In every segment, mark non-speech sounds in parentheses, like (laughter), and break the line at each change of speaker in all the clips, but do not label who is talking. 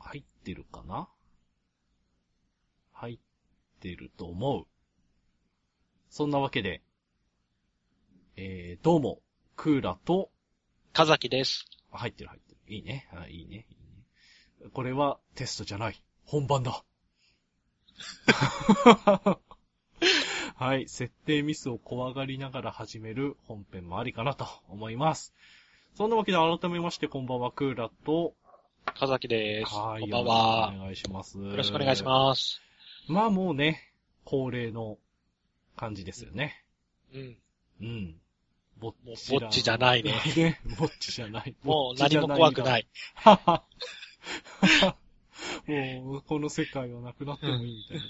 入ってるかな入ってると思う。そんなわけで、えー、どうも、クーラと、
かざきです。
あ入ってる入ってる。いいね。あいいね。いいね。これはテストじゃない。本番だ。 (laughs) はい。設定ミスを怖がりながら始める本編もありかなと思います。そんなわけで改めましてこんばんは、クーラと、
かざきです。
はい。
こんばんは
よろしく。お願いします。
よろしくお願いし
す。
ます。
まあもうね、恒例の感じですよね。
うん。
うん。ぼっ
も
ち
う、ぼっちじゃないね。。
(laughs) ね、ぼっちじゃない。。
(laughs) もう何も怖くないい。
(laughs) もう、この世界はなくなってもいいみたいな。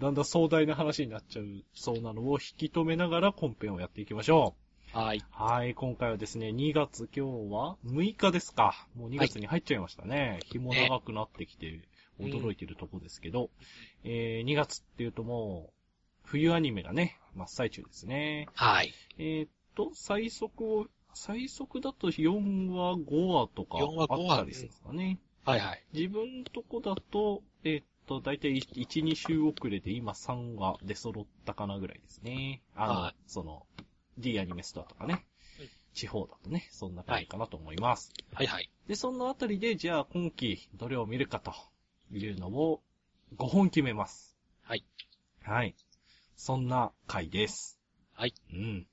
だんだん壮大な話になっちゃう、そうなのを引き止めながら本編をやっていきましょう。
はい。
はい、今回はですね、2月、今日は6日ですか。もう2月に入っちゃいましたね。日も長くなってきて、驚いてるとこですけど、えー、2月っていうともう、冬アニメがね、真っ最中ですね。
はい。
えーっと、最速を、最速だと4話、5話とか
4話5
あっ
話
たりするんですかね。
はいはい。
自分のとこだと、えーっと、だいたい1、2週遅れで今3話で揃ったかなぐらいですね。あの、
はい
その、D アニメストアとかね
うん。
地方だとね、そんな感じかなと思います。
はいはい。
で、そんなあたりで、じゃあ今期どれを見るかというのを5本決めます。
はい。
はい。そんな回です。
はい。
うん。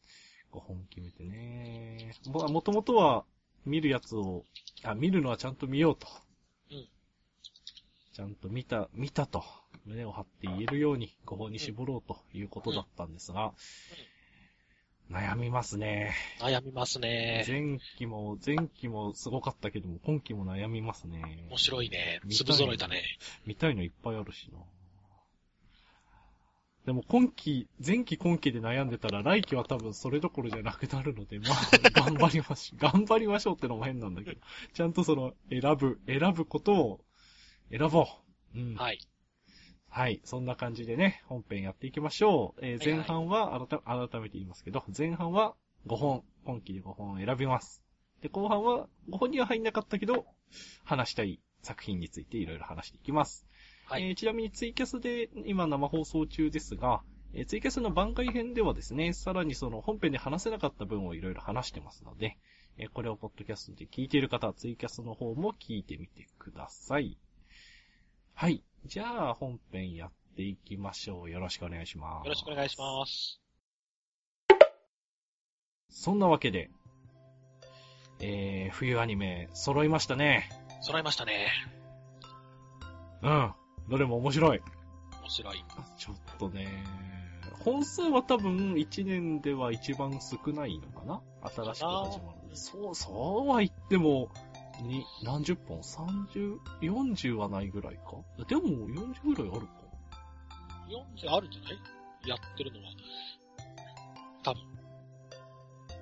5本決めてね。も、もともとは、見るやつを、あ、見るのはちゃんと見ようと。
うん
ちゃんと見た、見たと、胸を張って言えるように、5本に絞ろうということだったんですが、悩みますね。
悩みますね。
前期も、前期もすごかったけども、今期も悩みますね。
面白いね。
見たい
粒揃えたね。
見たいのいっぱいあるしな。でも今期、前期今期で悩んでたら来期は多分それどころじゃなくなるので、まあ、 (laughs) 頑張りましょう。頑張りましょうってのも変なんだけど。ちゃんとその、選ぶ、選ぶことを、選ぼう。うん。
はい。
はい。そんな感じでね、本編やっていきましょう。えー
はいはい
前半は改め、改めて言いますけど、前半は5本、今期で5本選びます。で、後半は5本には入んなかったけど、話したい作品についていろいろ話していきます。
はい
えーちなみにツイキャスで今生放送中ですが、えーツイキャスの番外編ではですね、さらにその本編で話せなかった分をいろいろ話してますので、えーこれをポッドキャストで聞いている方はツイキャスの方も聞いてみてください。はい。じゃあ本編やっていきましょう。よろしくお願いします。
よろしくお願いします。
そんなわけで、えー、冬アニメ揃いましたね。
揃いましたね。
うん。どれも面白い。
面白い。
ちょっとね、本数は多分1年では一番少ないのかな新しく始まる。そう、そうは言っても、に、何十本 ?30、40はないぐらいかでも40ぐらいあるか
40あるんじゃないやってるのは。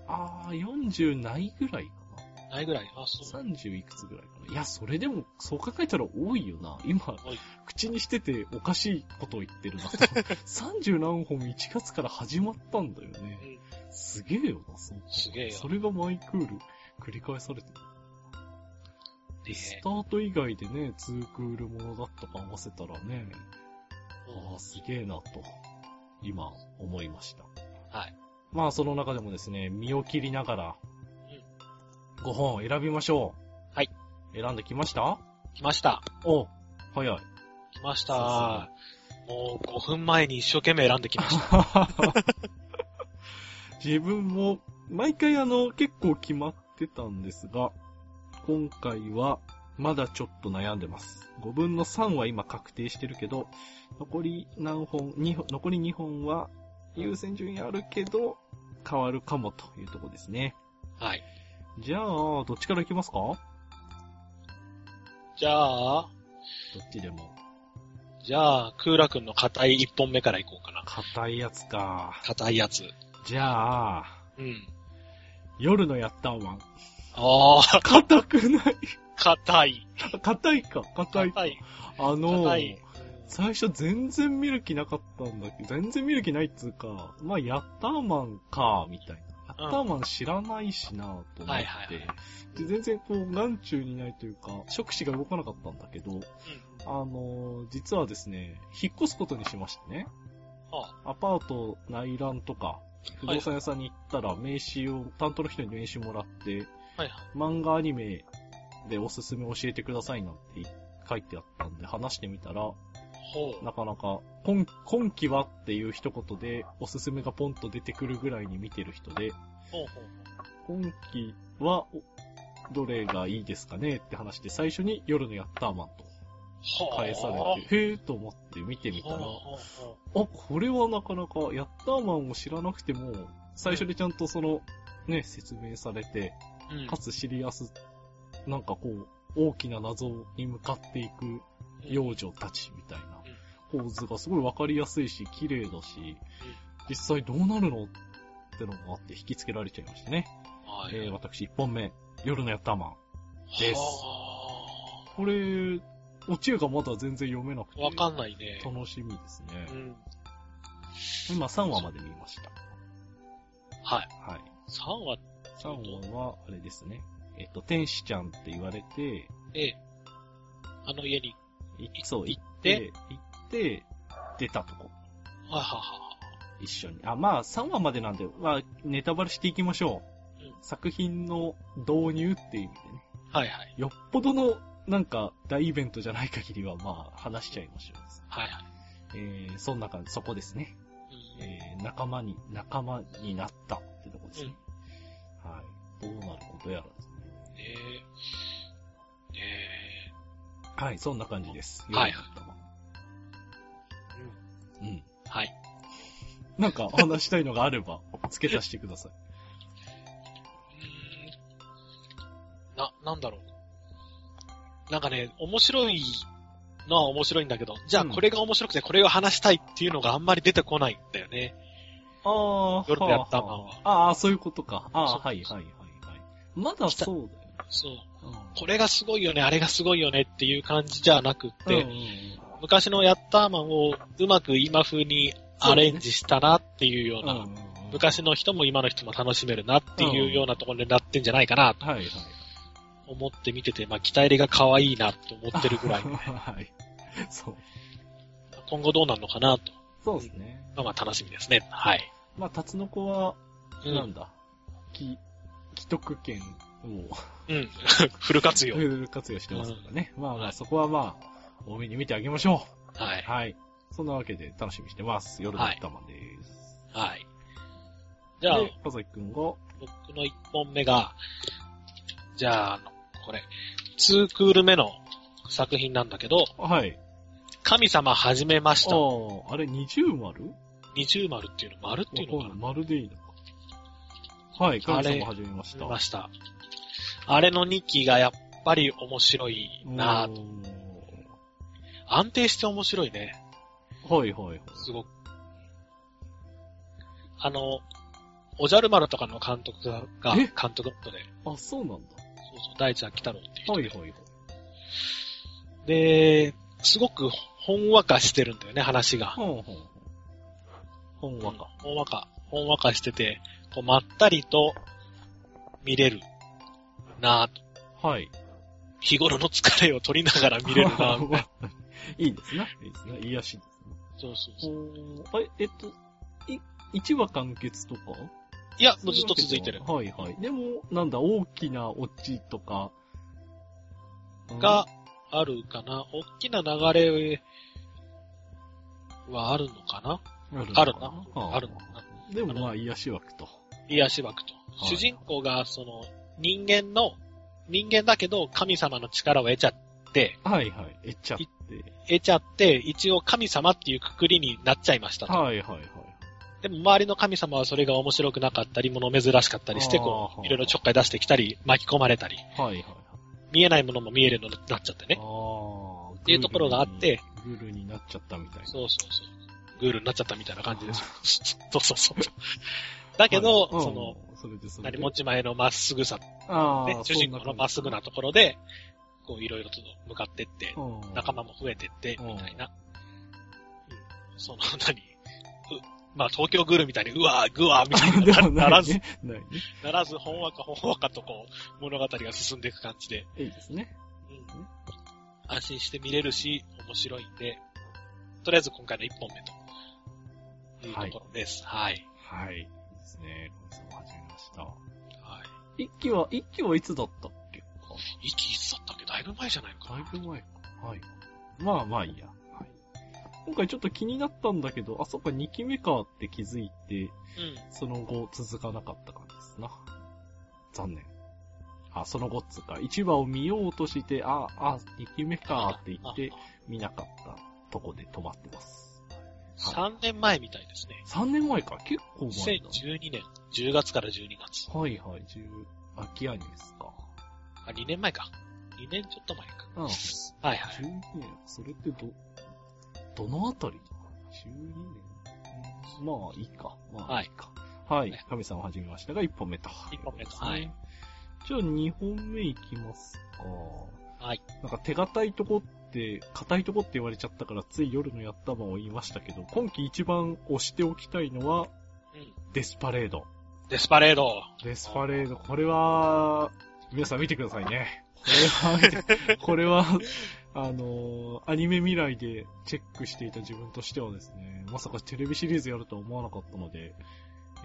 あー、40ないぐらいか
ないぐらい。あ、そ
な
う。
?30 いくつぐらいかないや、それでも、そう考えたら多いよな。今
多い、
口にしてておかしいことを言ってる (laughs) なと。30何本1月から始まったんだよね。
うん
すげえよな、そう考えたら
すげえよ
それがマイクール、繰り返されてる。
ね
スタート以外でね、ツークールものだったか合わせたらね、ああ、すげえなと、今、思いました。
はい。
まあ、その中でもですね、身を切りながら、5本を選びましょう。
はい。
選んできました
来ました。
お、早い。
来まし
さ
た。もう5分前に一生懸命選んできました。
(laughs) 自分も、毎回あの、結構決まってたんですが、今回は、まだちょっと悩んでます。5分の3は今確定してるけど、残り何本、2本、残り2本は優先順位あるけど、変わるかもというとこですね。
はい。
じゃあ、どっちからいきますかど
じゃあ、
っちでも。
じゃあ、クーラ君の硬い1本目からいこうかな。
硬いやつか。
硬いやつ。
じゃあ、
うん。
夜のやったんわん。
ああ、
硬くない。
(laughs) 硬い。
硬いか、硬い。
硬い。
あの、
硬い。
最初全然見る気なかったんだけど、全然見る気ないっつうか、まあ、ヤッターマンか、みたいアッターマン知らないしなぁと思って、
はいはいはい
で全然こう眼中にないというか、触手が動かなかったんだけど、あのー実はですね、引っ越すことにしましてね、
は
アパート内覧とか、不動産屋さんに行ったら名刺を、担当の人に名刺もらって、
はいは
漫画アニメでおすすめ教えてくださいなんて書いてあったんで話してみたら、
い。ほう。
なかなか、今今期はっていう一言でおすすめがポンと出てくるぐらいに見てる人で、
ほうほう。
今期はおどれがいいですかねって話で最初に夜のヤッターマンと
ほう。
返されて、へーと思って見てみたら、
ほ
あ、
うほうほ
これはなかなかヤッターマンを知らなくても、最初にちゃんとその、ね、説明されて、
う。うん
かつシリアス、なんかこう、大きな謎に向かっていく幼女たちみたいな構図がすごいわかりやすいし、綺麗だし、実際どうなるのってのもあって引きつけられちゃいましてね。
はい。
えー、私1本目、夜のヤッターマン。です
は
これ、落ちがまだ全然読めなく
あ
て。
わかんないね。
楽しみですね
う。ん。
今3話まで見ました。
はい。
はい。
3話、
3話は、あれですね。えっと、天使ちゃんって言われて、
ええ。あの家に、
いそう、行
行
っ
って
て、行って、出たとこ。
はいは
一緒に。あ、まあ、3話までなんで、まあ、ネタバレしていきましょう。
うん
作品の導入っていう意味でね。
いはい。はいはい。
よっぽどの、なんか、大イベントじゃない限りは、まあ、話しちゃいましょう。
はいはい。
えー、そんな感じ、そこですね。
うん
えー、仲間に、仲間になったってとこですね。はい。どうなることやらですね。
ねえ。ねえ。
はい、そんな感じです。
はい
よかったわうん。
はい。
なんか、話したいのがあれば、付け足してください。
うーんな、なんだろう。なんかね、面白いのは面白いんだけど、じゃあ
うん
これが面白くてこれを話したいっていうのがあんまり出てこないんだよね。
ああ、
夜のやった
はあ
版は
はあああ、そういうことか。あ
そ
あ、
う
はいはいはいはい。まだそう
そう。
だよ。
これがすごいよね、あれがすごいよねっていう感じじゃなくって、
うんうんうん
昔のヤッターマンをうまく今風にアレンジしたなっていうような、
うんうんうん
昔の人も今の人も楽しめるなっていうようなところになってんじゃないかなと
はいはい。
思って見てて、まあ、期待入れが可愛いなと思ってるぐ
(laughs)
らい、
はい。そう。
今後どうなるのかなと、
そうですね。
のが楽しみですね。はい。
まあ、タツノコは、
う
なん
ん。
だ、き、既得権を (laughs)
うん。 (laughs) フル活用。はい。
フル活用してますからね。まあまあ、そこはまあ、多めに見てあげましょう。はい。そんなわけで楽しみにしてます。夜の頭です。
はい。じゃあ、
で、かざきくんが、
僕の1本目が、じゃあ、あのこれ、2クール目の作品なんだけど、
はい。
神様始めまし
あ
た。
あ、あれ、二重丸
二重丸っていうの、丸っていうの
わ
か
かんな
ない
丸でいいのか。はい、
あ
神
れ
様始めまし
始
た
め。ました。あれの2期がやっぱり面白いなぁと。
うん
安定して面白いね。
はいはいはい。
すごく。あの、おじゃる丸とかの監督が、が
え
監督だったね。
あ、そうなん
そうそう、大地秋太郎ってい
だ。
う人
は
で
いはいはい。
で、すごくほんわかしてるんだよね、話が。
ほんほんほん。ほんわか。
ほんわか。ほんわかしてて、こうまったりと見れるなぁと。
はい。
日頃の疲れを取りながら見れるなぁ。みたいな
(laughs) いいですね。いいですね。癒やし
そうそう
です
そう。
ね。あえ、えっと、い、1話完結とか
いや、もうずっと続いてる。
はいはい。でも、なんだ、大きなオチとか。うん
が、あるかな。大きな流れはあるのかな
あるの
あ
か
るな。あるのかな。
でもまあ、癒やし枠と。
癒し枠と。
い
主人公が、その、人間の、人間だけど神様の力を得ちゃって、
はいはい。えっちゃって。
得ちゃって、一応神様っていうくくりになっちゃいましたと。
はいはいはい。
でも周りの神様はそれが面白くなかったり、物珍しかったりして、こ
あー
う、いろいろちょっかい出してきたり、巻き込まれたり、
はいはいはい。
見えないものも見えるようになっちゃってね。
ああ。って
いうところがあって。
グルになっちゃったみたいな。
そうそうそう。グールになっちゃったみたいな感じです。 (laughs) そうそうそう。だけど、
はい
その、、
うんそれでそれ
何
で
持ち前のまっすぐさ、
あ
ね
ー、
主人公のまっすぐなところで、こういろいろと向かってって、仲間も増えてって、
うん
(laughs) みたいな。うんその、何うまあ東京グールみたいに、うわー、ぐわーみたい
(laughs) で
にな (laughs)
も
な
な
ら
い
ず、
ね。ないね。
ならず、ほんわかほんわかとこう、物語が進んでいく感じで、
いいですね。
うん安心して見れるし、面白いんで、とりあえず今回の1本目というところです。はい。
はい。いいですね。今週も始めました。
はい。
一期は、一期はいつだったっけか
息いつだったっけだいぶ前じゃないのか
だ
ない
ぶ前か。はい。まあまあいいや。はい。今回ちょっと気になったんだけど、あ、そっか、2期目かって気づいて、
うん。
その後続かなかった感じですな。残念。あ、その後っつうか、1話を見ようとして、あ、あ、2期目かって言って
あ、
見なかったとこで止まってます。
あ3年前みたいですね。
3年前か結構前だ。
2012年10月から12月。
はいはい、10、秋アニメですか。
あ、2年前か。2年ちょっと前か。
うん。
はいはい。
12年、それってど、どのあたり ?12 年まあいいか。まあいいか。はい。
ね
神さんを始めましたが、1本目と。
一本目とはい。
じゃあ2本目いきますか。
はい。
なんか手堅いとこって、硬いとこって言われちゃったから、つい夜のやったまを言いましたけど、今季一番押しておきたいのは、
うん。
デスパレード。
デスパレード。
デスパレード、これは、皆さん見てくださいね。これは見て、これは、あのーアニメ未来でチェックしていた自分としてはですね、まさかテレビシリーズやるとは思わなかったので、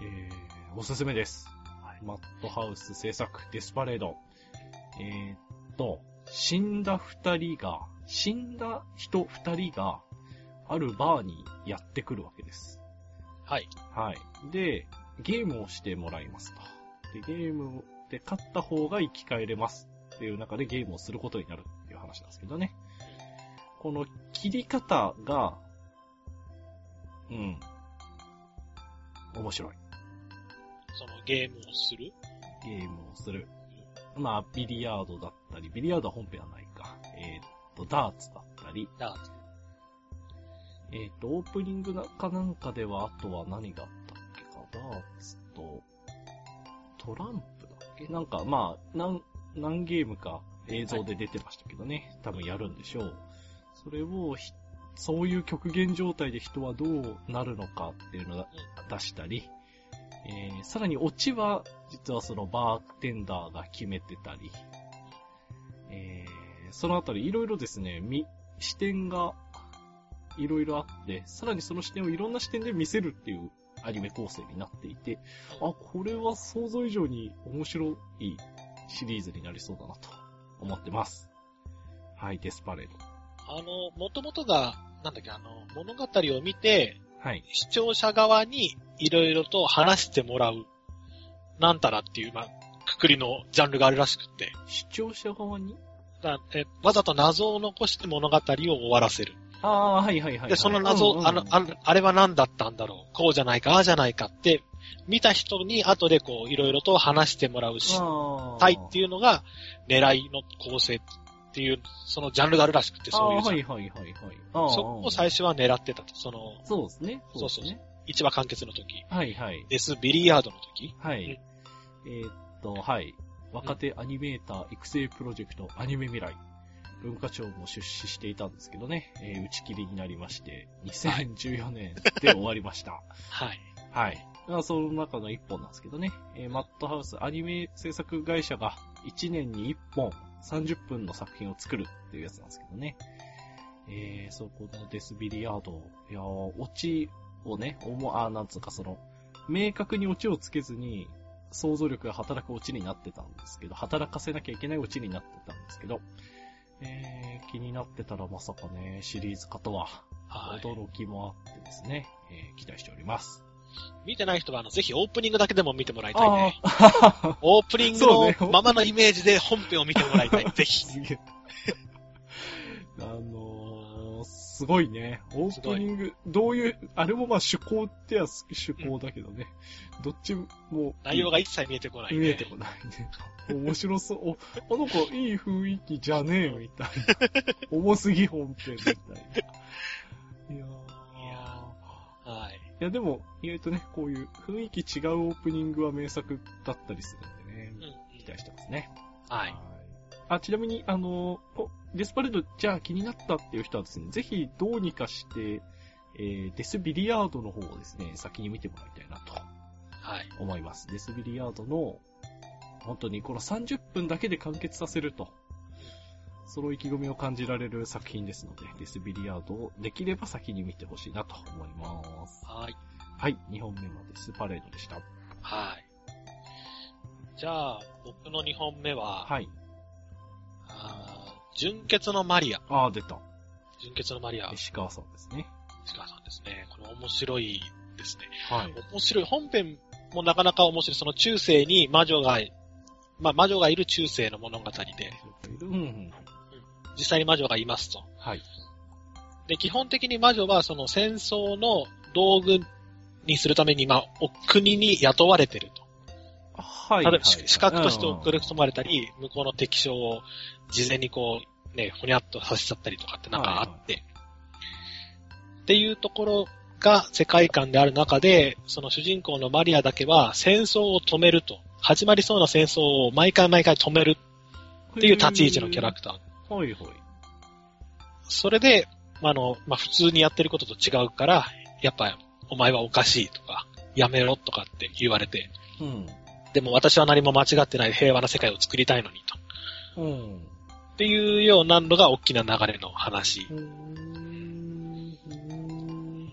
えー、おすすめです。マッドハウス制作、デスパレード。えー、っと、死んだ二人が、死んだ人二人が、あるバーにやってくるわけです。
はい。
はい。で、ゲームをしてもらいますと。で、ゲームで勝った方が生き返れますっていう中でゲームをすることになるっていう話なんですけどね。この切り方が、うん。面白い。
そのゲームをする
ゲームをする。まあ、ビリヤードだったり、ビリヤードは本編はないか。えーっと、ダーツだったり、
ダ
えっ、と、オープニングかなんかでは、あとは何があったっけか、ダーツと、トランプだっけなんか、まあ、何、何ゲームか映像で出てましたけどね。多分やるんでしょう。それをひ、そういう極限状態で人はどうなるのかっていうのを出したり、えー、さらにオチは、実はそのバーテンダーが決めてたり、えー、そのあたりいろいろですね、み、視点がいろいろあって、さらにその視点をいろんな視点で見せるっていうアニメ構成になっていて、あ、これは想像以上に面白いシリーズになりそうだなと思ってます。はい、デスパレード。
あの、元々が、なんだっけ、あの、物語を見て、
はい。
視聴者側にいろいろと話してもらう、なんたらっていう、まあ、くくりのジャンルがあるらしくって、
視聴者側に
だえわざと謎を残して物語を終わらせる。
ああー、はいはいはいはい。
で、その謎、
うんうんうん
あのあの、あれは何だったんだろう、こうじゃないか、ああじゃないかって、見た人に後でこう、いろいろと話してもらうし、
あー
たいっていうのが、狙いの構成っていう、そのジャンルがあるらしくて、そうい
あ
う
ー
ジャンル。
はいはいはいはい。あー
そこを最初は狙ってたと。その、
そうですね。
そう
です
そう
ね。
一話完結の時、
はいはい。
デスビリヤードの時、
はい。えーっと、はい。若手アニメーター育成プロジェクトアニメ未来。文化庁も出資していたんですけどね、えー打ち切りになりまして、2014年で終わりました。
はい。
はい。まあ、その中の一本なんですけどね、えーマッドハウスアニメ制作会社が1年に1本30分の作品を作るっていうやつなんですけどね。えー、そこのデスビリヤード、いやーオチをね、思う、あー、なんつうかその、明確にオチをつけずに、想像力が働くオチになってたんですけど、働かせなきゃいけないオチになってたんですけど、えー、気になってたらまさかね、シリーズ化とは、
はい。
驚きもあってですね、えー期待しております。
見てない人は、あの、ぜひオープニングだけでも見てもらいたいね。
あ
オープニング
そうね
のままのイメージで本編を見てもらいた
(laughs)
い。ぜ
ー
ひ。
すげえ。 (laughs) あのー、すごいね。オープニング、どういう、あれもまあ趣向ってや趣向だけどね。どっちも、
内容が一切見えてこない、ね。
見えてこないね。面白そう。お、あの子いい雰囲気じゃねえみたい (laughs) な。重すぎ本編みたいな。いやー
いやはい。
いやでも、意外とね、こういう雰囲気違うオープニングは名作だったりするんでね
うん。。
期待してますね。
はい。
あ、ちなみに、あの、こデスパレード、じゃあ気になったっていう人はですね、ぜひどうにかして、ええーデスビリヤードの方をですね、先に見てもらいたいなと
はい。
思います。デスビリヤードの、本当にこの30分だけで完結させると、その意気込みを感じられる作品ですので、デスビリヤードをできれば先に見てほしいなと思います。
はい。
はい、2本目のデスパレードでした。
はい。じゃあ、僕の2本目は、
はい。
あー純血のマリア。
あー、出た。
純血のマリア、
石川さんですね。
石川さんですね。これ面白いですね。
はい。
面白い。本編もなかなか面白い。その中世に魔女が、まあ魔女がいる中世の物語で、
うんうん。
実際に魔女がいますと。
はい。
で、基本的に魔女はその戦争の道具にするために、まあ、お国に雇われてると。
は
例
い。
え
はい
ば、し資格として送り込まれたり、向こうの敵将を事前にこう、ね、ほにゃっとさせちゃったりとかってなんかあって、っていうところが世界観である中で、その主人公のマリアだけは戦争を止めると、始まりそうな戦争を毎回毎回止めるっていう立ち位置のキャラクター。
ター。はいはい。
それで、まああの、まあ、普通にやってることと違うから、やっぱ、お前はおかしいとか、やめろとかって言われて、
うん。
でも私は何も間違ってない平和な世界を作りたいのにと。
うん。
っていうようなのが大きな流れの話
う。ーん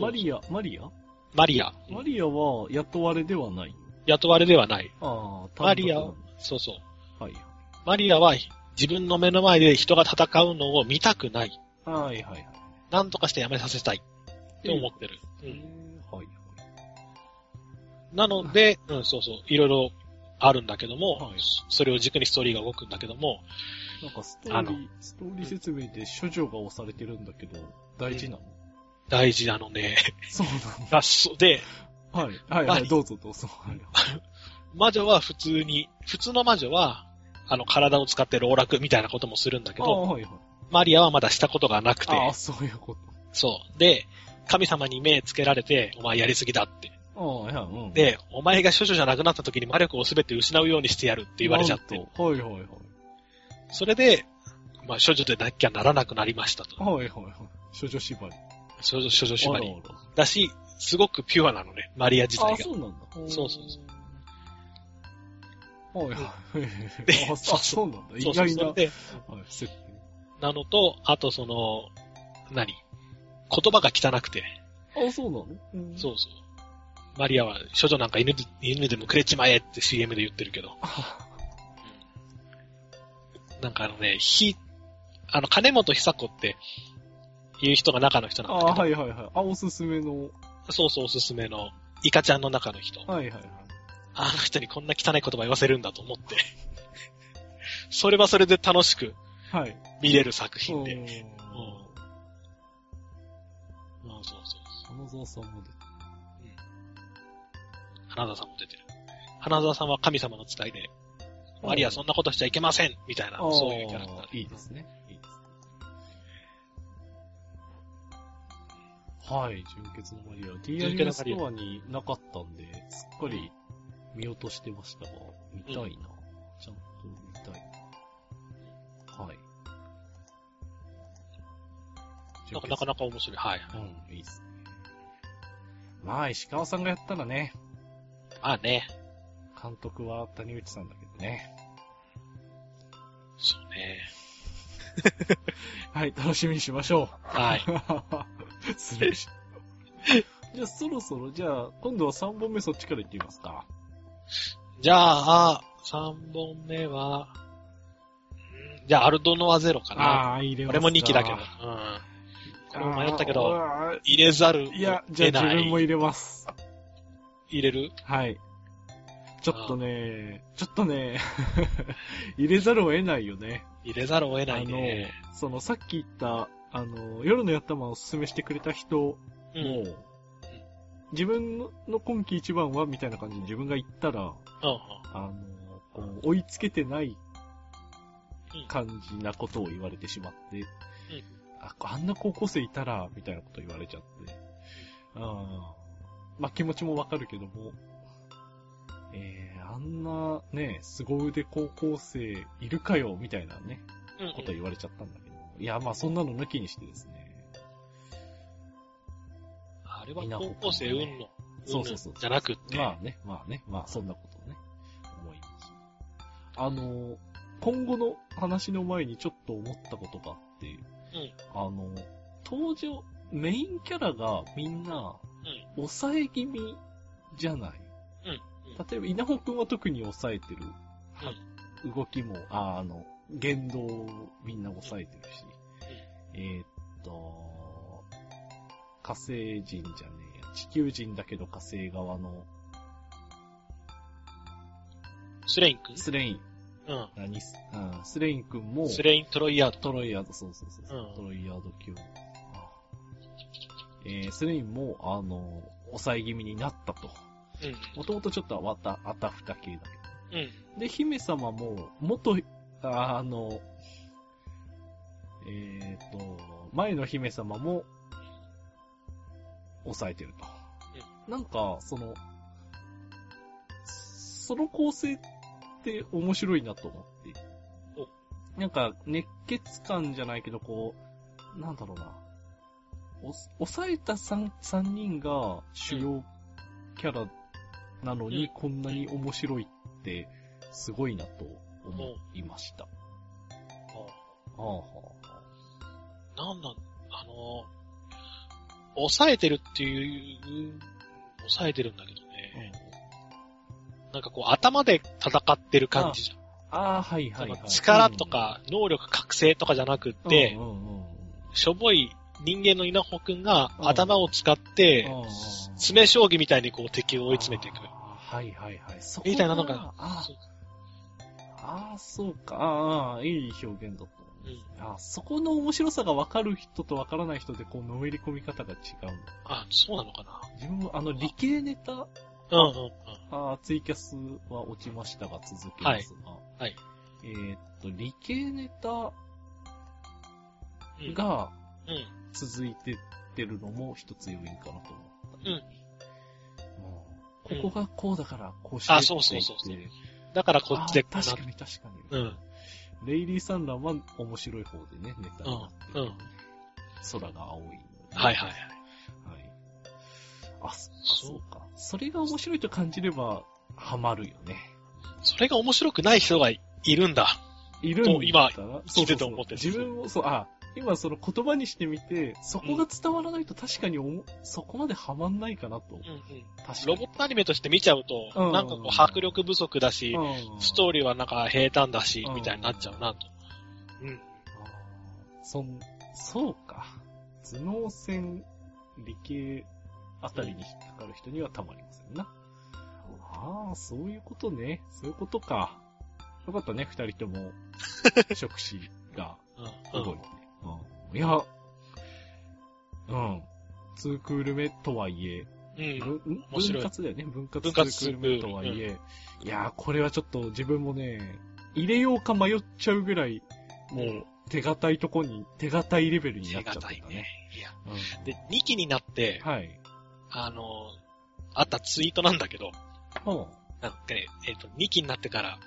マリア、マリア
マリア。
マリアは雇われではない。
雇われではない。
ああ、
マリア
単独
そうそう。
なのはい。
マリアは自分の目の前で人が戦うのを見たくない。
はいはいはい。
なんとかしてやめさせたい。って思ってる。う
え
ん、
ーはい
なので、うん、そうそう。いろいろあるんだけども、
はい
それを軸にストーリーが動くんだけども、
なんかストー
あの
リー、ストーリー説明で処女が押されてるんだけど、大事なの
大事なのね。
そう
合奏で、
なの。はい。はい
マ
は
リ
い、どうぞどうぞ。はい
魔女は普通に、普通の魔女は、あの、体を使って老落みたいなこともするんだけ
あ
ど、
あ、はいはい。
マリアはまだしたことがなくて、
ああ、そういうこと。
そう。で、神様に目つけられて、お前やりすぎだって。
ああ、いや、うん。っ
で、お前が処女じゃなくなった時に魔力を全て失うようにしてやるって言われちゃって。。
はいはいはい。
それで、まあ、処女でなきゃならなくなりましたと。
はいはいはい。処女縛り。
処女、処女縛り。
あらあ
だし、すごくピュアなのね、マリア自
ら。あ
体
あ、
が
そ。うなんだ。。
そうそうそう
はいはい。(laughs)
で
ああ、そあそうなんだ。意
そう
外
そう
な。は
それ
い、
で、
設定。
なのと、あとその、何言葉が汚くて。
ああ、そうなのうん
そうそう。マリアは、処女なんか犬で犬でもくれちまえって CM で言ってるけど。
(laughs) あ
なんかあのね、ひ、あの、金本久子って、いう人が中の人なんだけ
あ、
ど、
はいはいはい。あ、おすすめの。
そうそうおすすめの、イカちゃんの中の人。
はいはいはい。
あの人にこんな汚い言葉言わせるんだと思って。 (laughs) それはそれで楽しく
はい。
見れる作品で。
うん
うん、そうそう。
花沢さんも出て
花沢さんも出てる。花沢さんは神様の伝いで、マリアそんなことしちゃいけませんみたいな、
あー
そういうキャラクター。
いいですね。いいですね。はい、純血のマリア。D アニメストアになかったんで、すっかり見落としてましたが、見たいな。ちゃんと見たいな。はい。
なんかなかなか面白い。はい。
うん、いいですね。まあ、石川さんがやったらね、
まあね。
監督は谷口さんだけどね。
そ
(laughs)
うね。
はい、楽しみにしましょう。
はい。
(laughs) 失礼しじゃあそろそろ、じゃあ、今度は3本目そっちからいってみますか。
じゃあ、3本目は、うんじゃあ、アルドノアゼロかな。
あ、入れ
俺も2期だけど。うん。これも迷ったけど、。入れざるを
いや、じゃあ自
得ない。
分も入れます。
入れる
はい。ちょっとね、ちょっとね、 (laughs) 入れざるを得ないよね。
入れざるを得ないね。
その、さっき言った、あの、夜のやったまをおすすめしてくれた人も、
うん。うん。
自分の今季一番は、みたいな感じに自分が言ったら、あの、こう、追いつけてない感じなことを言われてしまって、ああんな高校生いたら、みたいなこと言われちゃって、あーまあ気持ちもわかるけども、えー、あんなね、凄腕高校生いるかよ、みたいなね、
うん。うん
こと言われちゃったんだけど、いや、まあそんなの抜きにしてですね、
れは高校生うんの、
そうそうそう。
じゃなくって、
まあね、まあね、まあそんなことをね、思います。あの、今後の話の前にちょっと思ったことがあって、
うん
あの、登場、メインキャラがみんな、抑え気味じゃない。
うんうん
例えば、稲穂くんは特に抑えてる。動きも、ああの、言動をみんな抑えてるし。えーっと、火星人じゃねえや。地球人だけど火星側の
スレイン君
スレイン、
うん。
何す、うん、スレインくんも、
スレイントロイヤード。
トロイヤード、そうそうそうそう、
うん
トロイヤード級。あえー、スレインも、あの、抑え気味になったと。
うん。
もともとちょっとわた、あたふた系だけど。
うん。
で、姫様も、元、ああの、えっ、と、前の姫様も、抑えてると。なんか、その、その構成って面白いなと思って。なんか、熱血感じゃないけど、こう、なんだろうな。お抑えた 3, 三人が主要キャラなの
うん
に、こんなに面白いって、すごいなと思いました。ああはあ
なんなん、あの、抑えてるっていう、抑えてるんだけどね。なんかこう頭で戦ってる感じじゃん。
ああ、はいはいは
そ
い。
の力とか能力覚醒とかじゃなくっ
うん、
て、
うんうんうん
しょぼい人間の稲穂くんが
うん
頭を使って、
うんうんうん
詰め将棋みたいにこう敵を追い詰めていく。
あーはいはいはい。そこ
みたいなのが
あ
そう
ーあー、そうか。あーあー、いい表現だと思う。
うん
あーそこの面白さが分かる人と分からない人でこう、のめり込み方が違うの。
あ、そうなのかな。
自分もあの、理系ネタ、
うんうんうん。
あーツイキャスは落ちましたが続けますが。
いはい
えーっと、理系ネタ
うん、
が
うん、
続いてってるのも一つ要因かなと思った。
うん
うんここがこうだから、こうして
あそうそうそう
って言って
だからこっちで
あ
か
確
な
か。に確かに。
うん。
レイリー・サンランは面白い方でね、ネタになって
うん
る、
うん
空が青いので。
はいはいは
は
い。
い。あ、そ
そう
そうか。それが面白いと感じれば、ハマるよね。
それが面白くない人がいるんだ。
いるんだ
と今
そう
聞いてて思ってる
そうそう自分も、そう、あ、今その言葉にしてみて、そこが伝わらないと確かにおも、そこまでハマんないかなと。
うんうん。
確か
ロ
に
ボ。ットアニメとして見ちゃうと、
うん
なんかこう迫力不足だし、
うん
ストーリーはなんか平坦だし
う、ん
みたいになっちゃうなと。うん。
あーそん、そうか。頭脳線、理系あたりに引っかかる人にはたまりませんな。ああ、そういうことね。そういうことか。よかったね、二人と
(laughs)
も、触手が
うん。
動いて。うん、いや、うん。ツークール目とはいえ、
うん。うん。
ぶん
面白
分
い
割だよね。分割
分割
ツークール目とはいえ。いやー、これはちょっと自分もね、入れようか迷っちゃうぐらい、も
うん
う手堅いとこに、手堅いレベルに
手
なっちゃった
堅いね
ね。。
いや。
うん
で、2期になって、
はい。
あの、あったツイートなんだけど、
うん。
なんかね、えっ、と、2期になってから、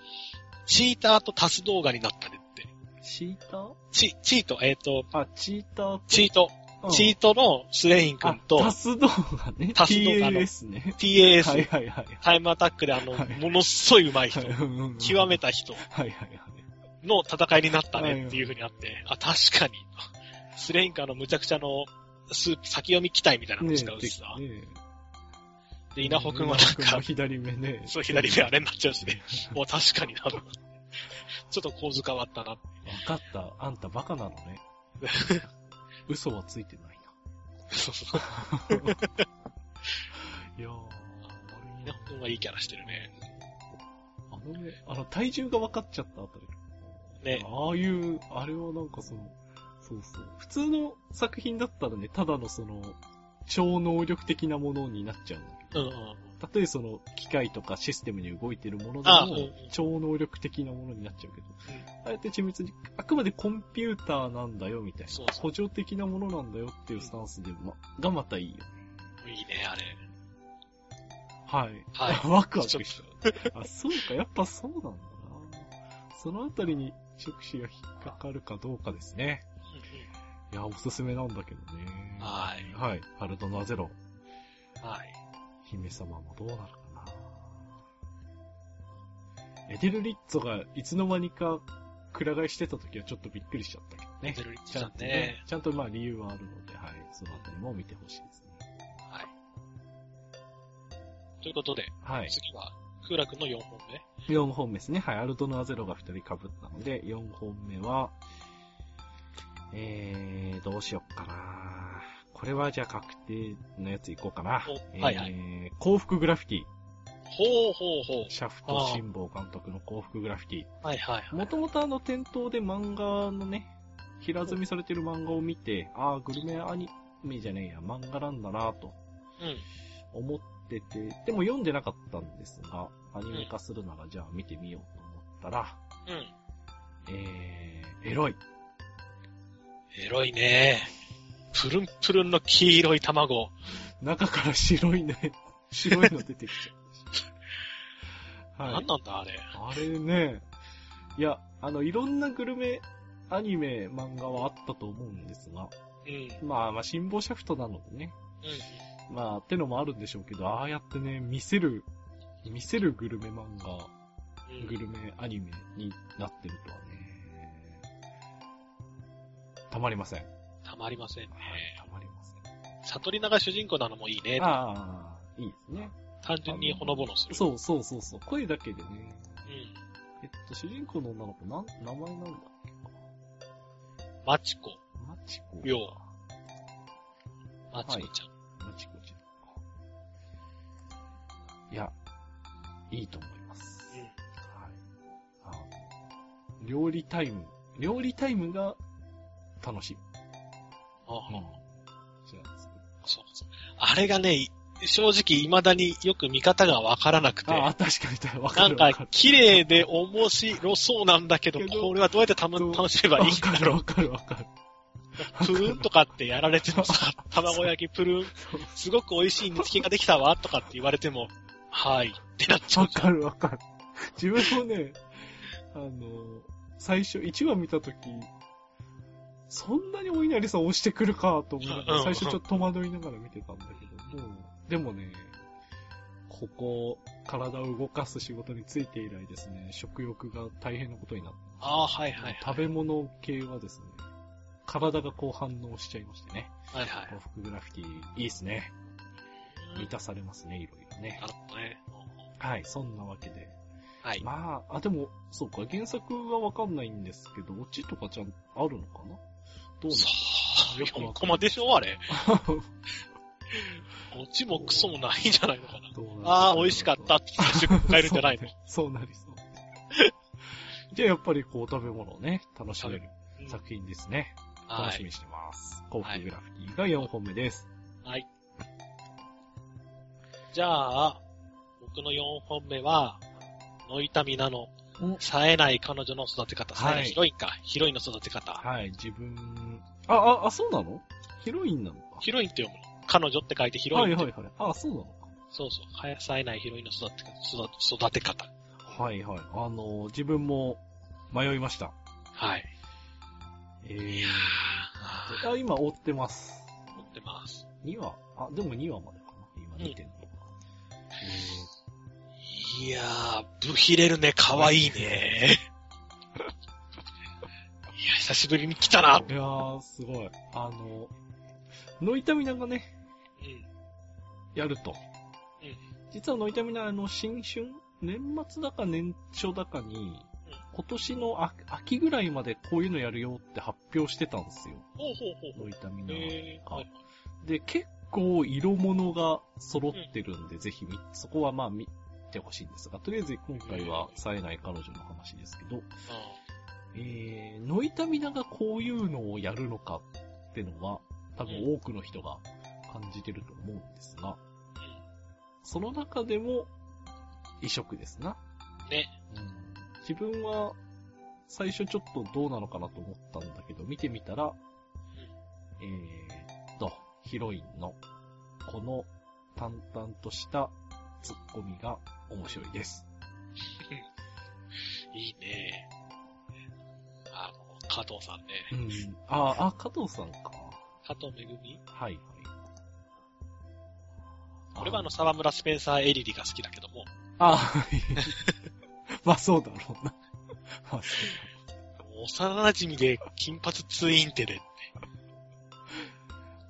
チーターと足す動画になったねって。
チーター
チ、チート、えっ、と、
あ、チーター
チート、
うん
チートのスレイン君と
あ、タス動画ね。
タス動画の
TAS ね。
TAS、
はいはいはい。
タイムアタックであの、
はい
ものすごい上手い人、 (laughs) 極め
て。
た人
はいはいはい。
の戦いになったねっていう風にあって、あ、確かに。スレインカーのむちゃくちゃの、スープ、先読み期待みたいなの
ね
使うしさ。
え、ね
で、
え
稲穂くん
稲
はなん
穂くんも
か、
左目ね。
そう左目あれになっちゃうしね。もう確かにな。ちょっと構図変わったな。
わかった。あんたバカなの
(laughs)
ね。嘘はついてない
そうそう。 (laughs)
な。いやー、
稲穂くんはいいキャラしてるね。
あのね、あの、体重が分かっちゃったあたり。
ね。
ああいう、あれはなんかその、そうそう。普通の作品だったらね、ただのその、超能力的なものになっちゃうんだけ
うんうん。
ど。例えばその、機械とかシステムに動いてるもので
あうんう
も
ん、
超能力的なものになっちゃうけど、あえて緻密に、あくまでコンピューターなんだよ、みたい
そう
な。
そう
補助的なものなんだよっていうスタンスで、ま、がまたいいよね。
いいね、あれ。
はい。
はい
ワクワク
(laughs)
した。あ、そうか、やっぱそうなんだな。そのあたりに触手が引っかかるかどうかですね。いや、おすすめなんだけどね。
はい
はい。ハルドナゼロ。
はい。
姫様もどうなるかなエデルリッツォがいつの間にか、くら替えしてた時はちょっとびっくりしちゃったけど
エ
ね
デ。ルリッチ
ちゃ
さ
ん
ん
と
ね。
ちゃんとまあ理由はあるので、はい。そのあたりも見てほしいですね。
はい。ということで、
はい。
次は、空楽の4本目。
4本目ですね。はい。アルドノアゼロが2人被ったので、4本目は、えー、どうしよっかなこれはじゃあ確定のやついこうかな
お。はいはい
えー、幸福グラフィティ。
ほうほうほ
シャフト辛坊監督の幸福グラフィティ。
う。はいはいはい。
もともとあの店頭で漫画のね、平積みされてる漫画を見て、ああ、グルメアニメじゃねえや、漫画なんだなぁと
うん。
思ってて、でも読んでなかったんですが、アニメ化するならじゃあ見てみようと思ったら、
うん。
えー、エロい。
エロいね。プルンプルンの黄色い卵。
中から白
(laughs)
いね、白いの出てきち
(laughs)
ゃう。はい
何。なんだあれ。
あれね、いや、あの、いろんなグルメ、アニメ、漫画はあったと思うんですが、
うん。うん。
まあ、まあ、辛抱シャフトなのでね、まあ、ってのもあるんでしょうけど、ああやってね、見せる、見せるグルメ漫画、
うん
グルメアニメになってるとはね、たまりません。はい、
たまりませんね。
たまりません。
悟りなが主人公なのもいいね。
ああ、いいですね。
単純にほのぼのする。
そうそうそうそう、声だけでね、
うん。
えっと、主人公の女の子、なん、名前なんだっけか。
マチコ。
マチコ。
よう。マチコちゃん。
マチコちゃんか。いや、いいと思います。
うん
はい。あの、料理タイム、料理タイムが楽しい。
ああ
じゃあ、
そうそう。あれがね、正直未だによく見方がわからなくて。
ああ、確かにた、わ
な
か
ん
るわ
か
か、
綺麗で面白そうなんだけど
け、ど
これはどうやってたま
どう
楽し
る。
めばい
(laughs) わ
いん
(laughs) か
だ
る
ろう。
わかるわかる。
プルー
(laughs)
ンとかってやられてもさ、卵焼きプルーン、すごく美味しい煮つけができたわ、とかって言われても、はい、ってなっちゃう
わ。かるわかる。自分もね、あの、最初、1話見たとき、そんなにお稲荷さん押してくるかと思いなが
うんう
ら、
ん
最初ちょっと戸惑いながら見てたんだけど、もう、でもね、ここ、体を動かす仕事について以来ですね、食欲が大変なことになって、
ああ、はいはい。
食べ物系はですね、体がこう反応しちゃいましてね、
はいは
幸福グラフィティ、いいですね。
い。
満たされますね、いろいろね
な。るほどね。
はい、そんなわけで、
はい。
まあ、あ、でも、そうか、原作はわかんないんですけど、オチとかちゃん、あるのかなどうな
さ (laughs) あ、
よくわかんない
4コマでしょあれ。
の
オチもクソもないんじゃないのかな。
どうなの
ああ、美味しかったって最初帰るんじゃないの。
そうなりそう。じゃあ、やっぱりこう、食べ物をね、楽しめる
(laughs) うん
作品ですね。
は
楽しみ
い。
にしてます。幸福グラフィティが4本目です。
はい。じゃあ、僕の4本目は、ノイタミナの
お、
冴えない彼女の育て方。冴えない
はい
ヒロインか。ヒロインの育て方。
はい、自分、あ、あ、あ、そうなのヒロインなのか
ヒロインって読むの。彼女って書いてヒロイン
は
っ
い
て
はいはい。あ、そうなの
そうそう。はや冴えないヒロインの育て方。育育て方。
か。はいはい。あの、自分も迷いました。
はい。
え
い
ー
や、ー、
あ今追ってます。
思ってます。
2話あ、でも2話までかな今出てんの。
いやー、ブヒレるね、かわいいね。いや、久しぶりに来たな。
えーいやー、すごい。あの、ノイタミナがね、
うん。
やると。
うん
実はノイタミナ、あの、新春年末だか年初だかに、今年の秋秋ぐらいまでこういうのやるよって発表してたんですよ。
ほうほうほうほ
ノ
う。
イタミナ
えー、
が
はい。
で、結構色物が揃ってるんで、ぜひみ、そこはまあ見てほしいんですが、とりあえず今回は冴えない彼女の話ですけど、えー、ノイタミナがこういうのをやるのかってのは、多分多くの人が感じてると思うんですが、その中でも、異色ですな。
うんね。
うん、自分は、最初ちょっとどうなのかなと思ったんだけど、見てみたら、えーっと、ヒロインの、この淡々としたツッコミが面白いです。
いいね。あの、加藤さんね。
うん、あーあ、加藤さんか。
加藤めぐみ
はいはい。
あ俺はあの、沢村スペンサー・エリリが好きだけども、
あはい。まあそうだろうな。まあそう
幼馴染で金髪ツインテで
だ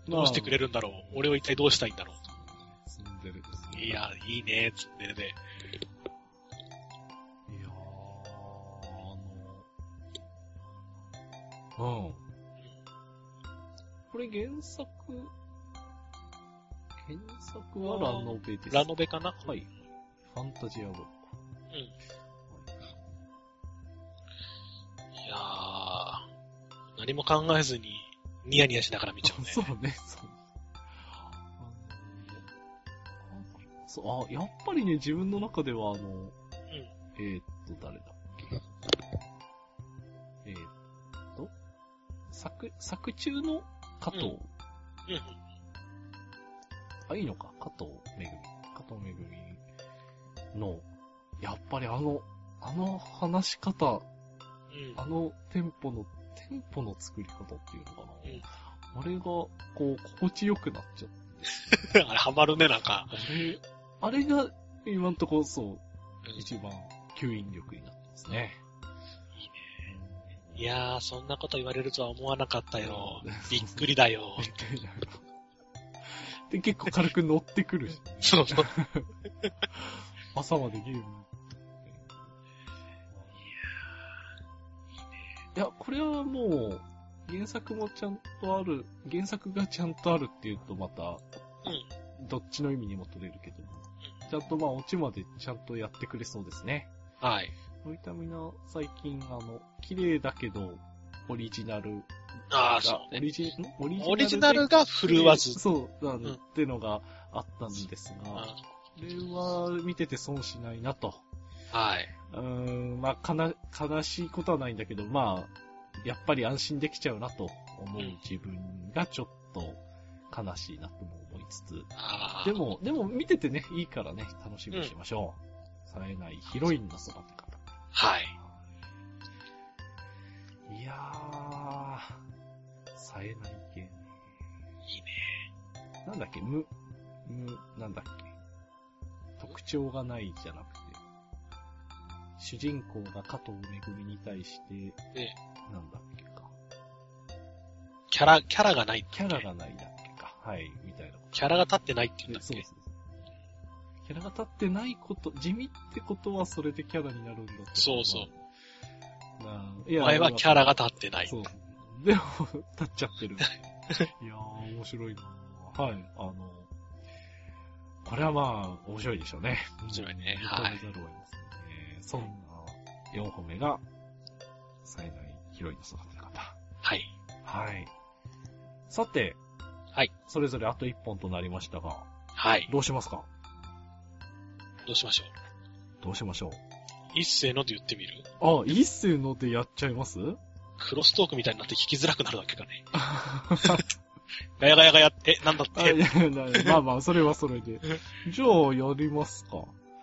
どうしてくれるんだろう、俺を一体どうしたいんだろ
まあツンデレです
う
ね。
いや、いいね、ツンデレ
い
で。
やー、あの、うん。これ原作、原作はラノベです。
ラノベかな
はい。ファンタジア文
うん。いやー、何も考えずに、ニヤニヤしながら見ちゃうね。
(laughs) そうね、そう。あのそう、あ、やっぱりね、自分の中では、あの、えー、っと、誰だっけ。えー、っと、作、作中の加藤、
うんうん。
あ、いいのか、加藤めぐみ。加藤めぐみの、やっぱりあの、あの話し方、
うん。 (laughs)
あのテンポの、テンポの作り方っていうのかな。
うん
あれが、こう、心地よくなっちゃって。
あれ、ハマるね、なんか。
あれ、あれが、今んとこそう、
うん
一番吸引力になってますね。
いいねいやー、そんなこと言われるとは思わなかったよ
うん。
びっくりだよ。
みたいな。で、結構軽く乗ってくるし、ね。
そうそう。
朝までゲーム。いや、これはもう、原作もちゃんとある、原作がちゃんとあるっていうとまた、
うん。
どっちの意味にも取れるけども、ちゃんとまあ、オチまでちゃんとやってくれそうですね。
はい。
そういったみんな、最近、あの、綺麗だけど、オリジナルが
ああ、そう
オ
ね。
リジんオリ
オリジナルが振るわず。
そう、あの、
うん
ってのがあったんです
うん
が、これは見てて損しないなと。
はい。
うーん、まあ、かな、悲しいことはないんだけど、まあ、やっぱり安心できちゃうなと思う自分がちょっと悲しいなとも思いつつ、
ああ。
で、も、でも見ててね、いいからね、楽しみにしましょう。冴えないヒロインの育て方。
はい。
いやー、冴えない系ね。
いいね。
なんだっけ、無、無、なんだっけ。特徴がないじゃなくて、主人公が加藤めぐみに対して、
ね
なんだっけか。
キャラ、キャラがないんだっけ
キャラがないだっけか。はい、みたいなこと。
キャラが立ってないって言うんだっ
そう
け
です。キャラが立ってないこと、地味ってことはそれでキャラになるんだって。
そうそう
なあいや
前はキャラが立ってない。
そう。でも、 (laughs) 立っちゃってる。いやー、面白いなはい、あの、これはまあ、面白いでしょうね。
面白いね
認めざ
はい
るを得ませんね。そんな4本目が、冴えないヒロインの育て方。
はい。
はい。さて、
はい。
それぞれあと1本となりましたが、
はい。
どうしますか
どうしましょう。
どうしましょう
一斉ので言ってみる
あ、一世のでやっちゃいます
クロストークみたいになって聞きづらくなるだけか
(laughs)
ね。
あ
ガヤガヤガヤって、なんだっ
いや
て
い。やいやまあまあ、それはそれ
(laughs)
で。じゃあ、やりますか。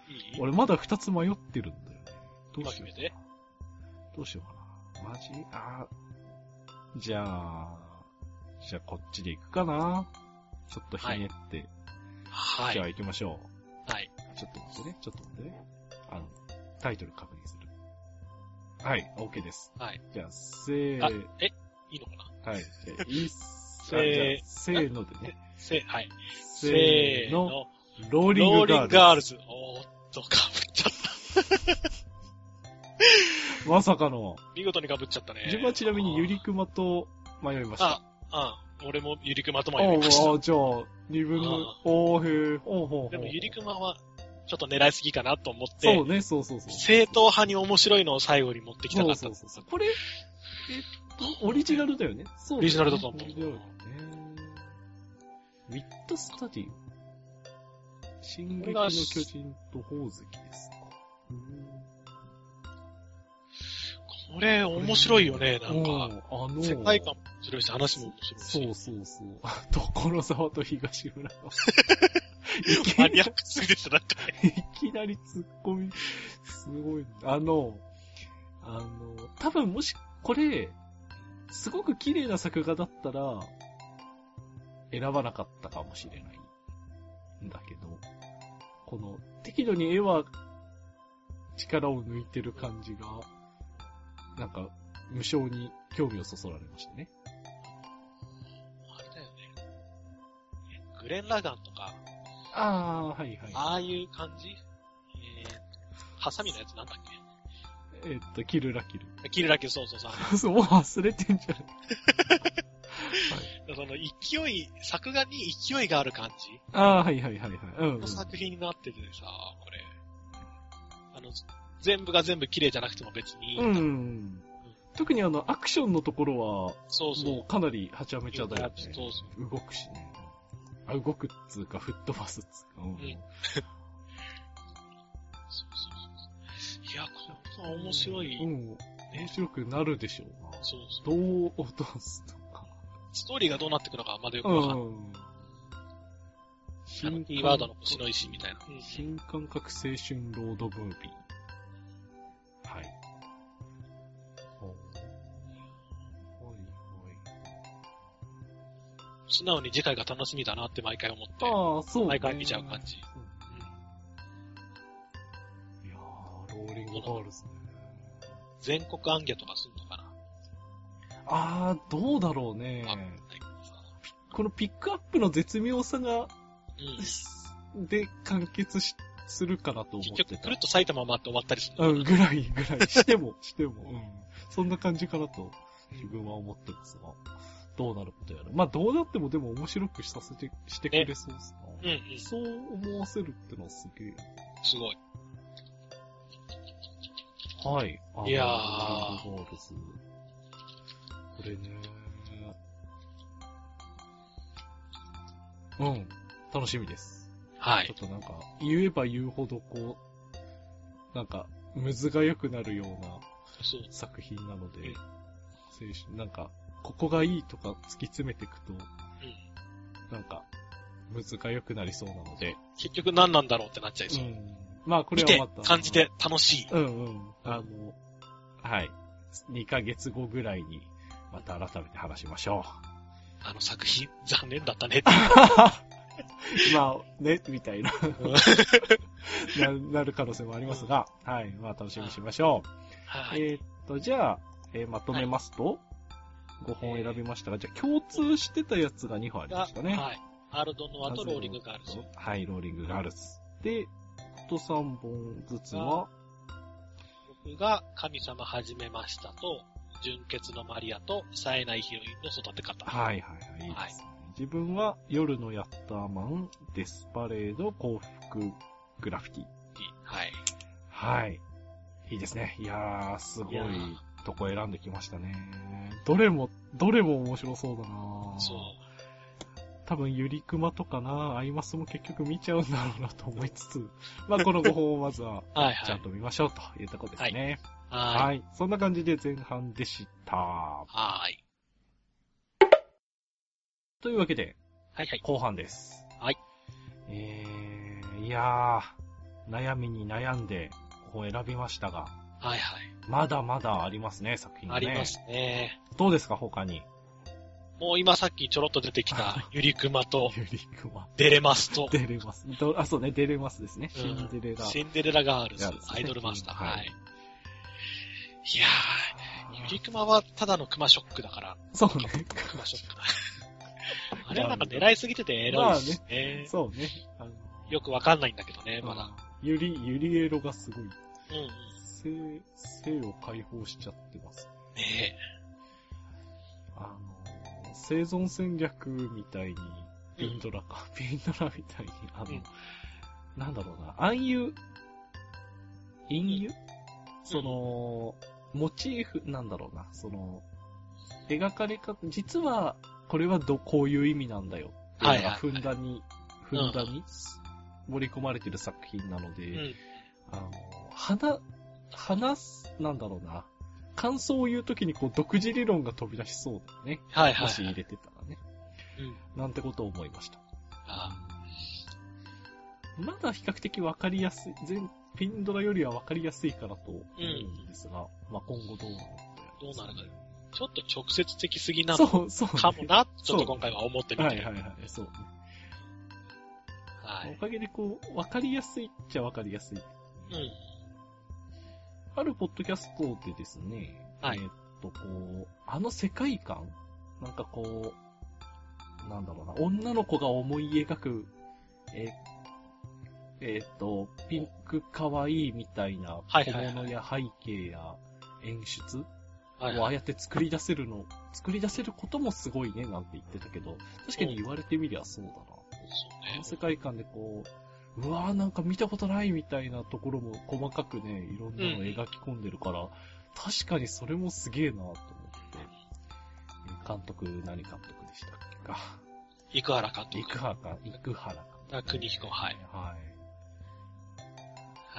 いい
俺まだ二つ迷ってるんだよね。どう
今
し
決
よ
め
う。
て。
どうしようかな。マジあーじゃあ、じゃあこっちで行くかな。ちょっとひねって。
は
じゃあ
い。
行きましょ
はい。
う。ちょっと待ってね、ちょっと待ってね。あの、タイトル確認する。はい、OK です。
はい。
じゃあ、せー、
あ
はい。、
えいいのかな
じゃあいっ
せ
せ
ー
ー、じゃあせーのでね。
せ、はい。
せーの、。ローリン
ロー
グ
リ
ガー
ン
ルズ。
ガールズ。おーっと、かぶっちゃった。
まさかの。
見事にかぶっちゃったね。
自分はちなみにゆりくまと迷いました。
あ、あ、俺もゆりくまとも
あ
やりました。
あ、じゃあ、二分の
あ、
おーへー、おーほーほー
でもゆりくまは、ちょっと狙いすぎかなと思って、
そうね、そうそうそう。
正統派に面白いのを最後に持ってきたかった。
そうそうそう。これ、えっと、オリジナルだよね。そう、
オリジナルだと思う
オリジナルだよねウィットスタディ。進撃の巨人と宝石ですか。
これ面白いよね、なんか。
おー、あのー
世界観も面白いし、話も面白いし。
そうそうそう。 (laughs) 所沢と東村の。いき
マ
な
ニ
り
アックすぎでしょ、なんかね。
いきなり突っ込み、すごい。あの、あの、多分もし、これ、すごく綺麗な作画だったら、選ばなかったかもしれないんだけど、この、適度に絵は力を抜いてる感じが、なんか、無性に興味をそそられましたね。
あれだよね。えグレン・ラガンとか、
ああ、はいはい。
ああいう感じえー、ハサミのやつなんだっけ
えっと、キルラキル。 (laughs)
キルラキル、そうそうそう。
そう、もう忘れてんじゃん。
その勢い、作画に勢いがある感じ
ああ、はいはいはいはい。うん、うん
の。作品になっててさ、これ。あの、全部が全部綺麗じゃなくても別に、
うん。特にあの、アクションのところは、
そうそう。
もうかなりはちゃめちゃだよね。
そうそ
動くしね。あ、動くっつうか、吹っ飛ばすっつうか。うん
んそうそうそう。いや、こんな面白い。
うん。面白くなるでしょうな。
そうそう。
どう落とすとか。
ストーリーがどうなってくのかまだよく
う
わかんない。
ん。
あのキーワードの星の石みたいな。
新感覚青春ロードムービー。はい。ほうほい
素直に次回が楽しみだなって毎回思って。
ほいああ、そう、ね。
毎回見ちゃう感じ
そういやー、ローリングガールズね。
全国暗ゲとかするのかな、
あー、どうだろうね。
わかんないけどさ。
このピックアップの絶妙さが、
うん。
で、完結し、するかなと思
結
って
局、
た
くる。っと埼玉回って終わったりする。
うん、ぐらい、ぐらい。して
(laughs)
も、しても。うん。そんな感じかなと、自分は思ってますが。どうなることやら。まあ、どうなってもでも面白くさせて、してくれそうです
うん
な。
うん。
そう思わせるってのはすげえ。
すごい。
はい。あ
いやー
そうです。これね。うん。楽しみです。
は
ちょ
い
っ。となんか、言えば言うほどこう、なんか、むずが良くなるような
そう。
作品なので、
うん
青春、なんか、ここがいいとか突き詰めていくと、
うん。
なんか、むずが良くなりそうなので、
結局何なんだろうってなっちゃいそう。
ん。まあこれ
見
は
て
また、、
感じて楽しい。
うんうん。あの、はい。2ヶ月後ぐらいに、また改めて話しましょ
あの作品、残念だったねって。
う。まあ、ね、みたいな (laughs) な、なる可能性もありますが、はい。まあ、楽しみにしましょう。
はい。
えーっと、じゃあ、えーまとめますと、5本選びましたが、じゃあ、共通してたやつが2本ありましたね。
はい。アルドノアとローリングガールズ。
はい、ローリングガールズ。で、あと3本ずつは、
僕が神様始めましたと、純潔のマリアと、冴えないヒロインの育て方。
はいはいはい、いいですね。自分は夜のヤッターマン、デスパレード、幸福、グラフィティ。
はい。
はい。いいですね。いやー、すごい
いやー
とこ選んできましたね。どれも、どれも面白そうだな
そう。
多分、ゆりくまとかなアイマスも結局見ちゃうんだろうなと思いつつ、まあ、この5本をまずは、
(laughs) はい
ち
は
ゃん
い。
と見ましょうというとこですね。
は。
はいい。そんな感じで前半でした。
はい。
というわけで、
はいはい。
後半です。
はい。
えー、いやー、悩みに悩んで、ここ選びましたが、
はいはい。
まだまだありますね、作品が
あ
ね。
りますね。
どうですか、他に。
もう今さっきちょろっと出てきた、ゆりくまと、
ゆりくま。
デレマスと、
出れます。どあ、そうね、出れますですね。
うん
シンデレラ。
シンデレラガールズ
ガールズ、ね
アイドルマスター。
はい
はい。いやー、ゆりくまはただのクマショックだから、
そうね。
クマショックだ。あれはなんか狙いすぎててエロいしね。
そうね。あの
よくわかんないんだけどね、まだ。
あーゆり、ゆりエロがすごい。
うんう
性、
ん。
性を解放しちゃってます。
ね
あの、生存戦略みたいに、ピンドラか、 (laughs) ピンドラみたいに、あの、
うん
なんだろうな、暗誘隠誘、その、モチーフ、なんだろうな、その、描かれ方、実は、これはど、こういう意味なんだよ。っていうのが
はいはいは
ふ
い
んだんに、ふんだんに盛り込まれてる作品なので、
え。うん。
あの、話、話す、なんだろうな。感想を言うときにこう独自理論が飛び出しそうだよね。
はいはい
も
は
し
い。
入れてたらね。
うん。
なんてことを思いました。
あ
まだ比較的わかりやすい、全、ピンドラよりはわかりやすいかなと思うんですが、まあ今後どうなる
どうなるかちょっと直接的すぎなの
そう、そう、
かもな、ちょっと今回は思ってみ
は
て
い
る。
は
はい
はい、そうね。
はい
お。かげでこう、わかりやすいっちゃわかりやすい。
うん。
あるポッドキャストでですね、
はい
えーっと、こう、あの世界観なんかこう、なんだろうな、女の子が思い描く、えーえーっと、ピンク可愛いみたいな
はい
小
はいはい
物や背景や演出を
はい
ああやって作り出せるの、作り出せることもすごいねなんて言ってたけど、確かに言われてみりゃそうだな。あの
そ
世界観でこう、うわーなんか見たことないみたいなところも細かくね、いろんなのを描き込んでるから、確かにそれもすげえなと思って、えー監督、何監督でしたっけか。
う。生原監
イ
督。
クハか、イクハラ
あ国彦、はい。
か。はい。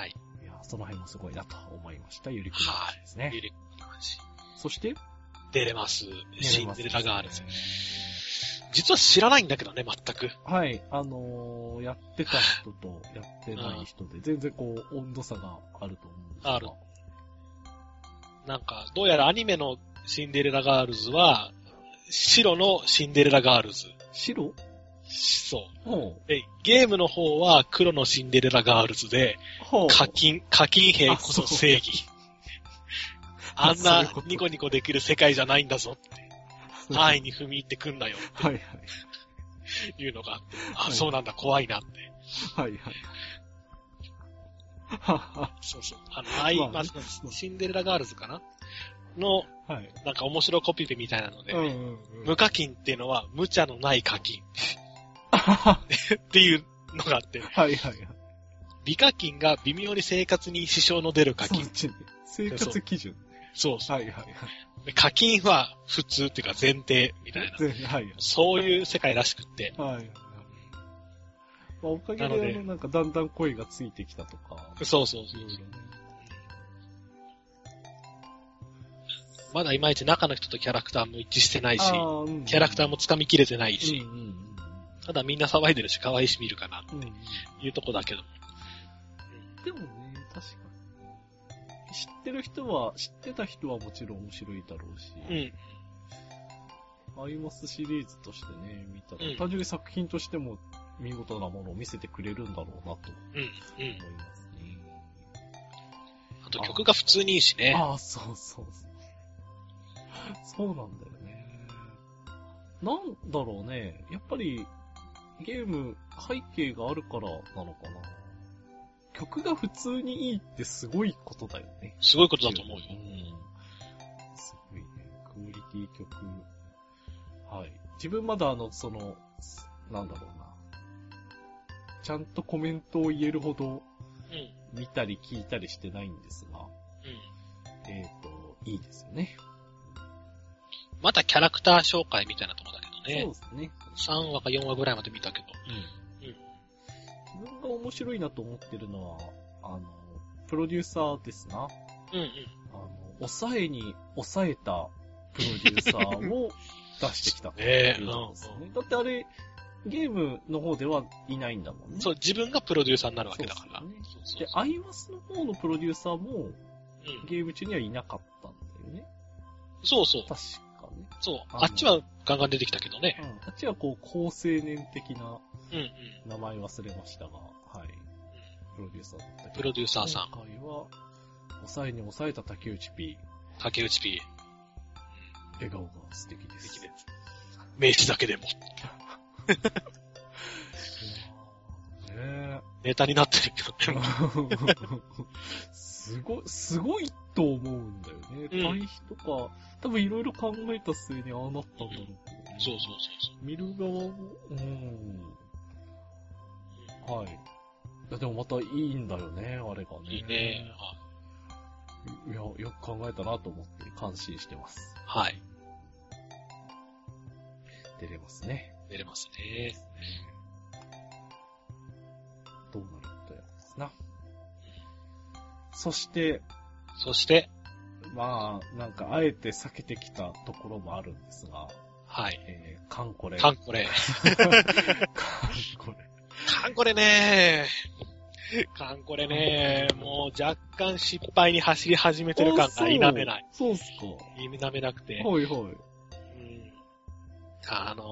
はい。
いや、その辺もすごいなと思いました。ゆりくの話ですね。
ゆりの話。
そして、
出れます。シンデレラガールズ。
ズ。
実は知らないんだけどね、全く。
はい、あのーやってた人とやってない人で、全然こう、温度差があると思うんですが
あるなんか、どうやらアニメのシンデレラガールズは、白のシンデレラガールズ。
白
そう。
ほ
で、ゲームの方は黒のシンデレラガールズで、
う。ほう。
課金、課金兵こそ正義。
あ
あん
そうい
な
うこと
ニコニコできる世界じゃないんだぞって。
はい。
安易に踏み入ってくんなよ
はい
っていうのがあって、
は
あ、
い
そうなんだ、怖いなって。
はい。はいはい。はは
そうそう。あの、アイ、
ま
ま
あ
あ
ね
シンデレラガールズかなの、
はい。
なんか面白コピペみたいなので、
うんうんうん
無。課金っていうのは無茶のない課金
は
っていうのがあって、
いはいはい。
美課金が微妙に生活に支障の出る課
そ
金
っ。ちね。生活基準。
そうそう
はいはいはい。
で課金は普通っていうか前提みたいな。
全然はい
そういう世界らしくって。
はい。はい。まあ、おかげ
なの
で、
で
あの、なんか、だんだん声がついてきたとか。
そうそうそう。まだいまいち中の人とキャラクターも一致してないし、キャラクター
も
も掴みきれてないし、
うんうん
ただみんな騒いでるし可愛いし見るかな
うんうん。うん
というとこだけど。
でもね、確かに。知ってる人は、知ってた人はもちろん面白いだろうし。
うん。
アイマスシリーズとしてね、見たら、
うん
単純に作品としても見事なものを見せてくれるんだろうなと思
うん。うん
い。ますね。
あと曲が普通にいいしね。
ああ、そうそうそう。そうなんだよね。なんだろうね。やっぱり、ゲーム、背景があるからなのかな。曲が普通にいいってすごいことだよね。
すごいことだと思う
ん
よ。
すごいね。クオリティ曲。はい。自分まだあの、その、すなんだろうな。ちゃんとコメントを言えるほど
うん。うん。
見たり聞いたりしてないんですが、えっ、と、いいですよね。
まだキャラクター紹介みたいなとこだけど
そう
ね
で。すね。
3話か4話ぐらいまで見たけど。
自分が面白いなと思ってるのは、あの、プロデューサーですな。
うんうん。
あの、抑えに抑えたプロデューサーを出してきた
ねえ、
いううんことですよね。だってあれ、ゲームの方ではいないんだもんね。
そう、自分がプロデューサーになるわけだから。
そうです
そうそう
で、アイマスの方のプロデューサーも
うん
ゲーム中にはいなかったんだよね。
そうそう。
確かね。
そう。
あの
あっちはガンガン出てきたけどね。
うん。あっちはこう、高青年的な
うんうん。
名前忘れましたが、はい。プロデューサーだったけど
プロデューサーさん、
今回は、抑えに抑えた竹内 P。
竹内 P。
笑顔が素敵です。
素敵で名刺だけでも。
いやーねえ。
ネタになってるけどね。
すごい、すごいと思うんだよね。
うん
対比とか、多分いろいろ考えた末にああなったんだろうけどね、
そうそうそうそう。
見る側も、うん。はい。いや、でもまたいいんだよね、あれがね。
いいね。
いや、よく考えたなと思って感心してます。
はい。はい
出れますね。
出れますね。
どうなることやですな。そして、
そして、
まあ、なんか、あえて避けてきたところもあるんですが、
はい。
えー、カンコレ。
カンコレ。
カンコレ。
カンコレねカンコレねもう若干失敗に走り始めてる感が否めない。
あ。そうそうっすか。
否めなくて。
ほいほい。
うんあのー、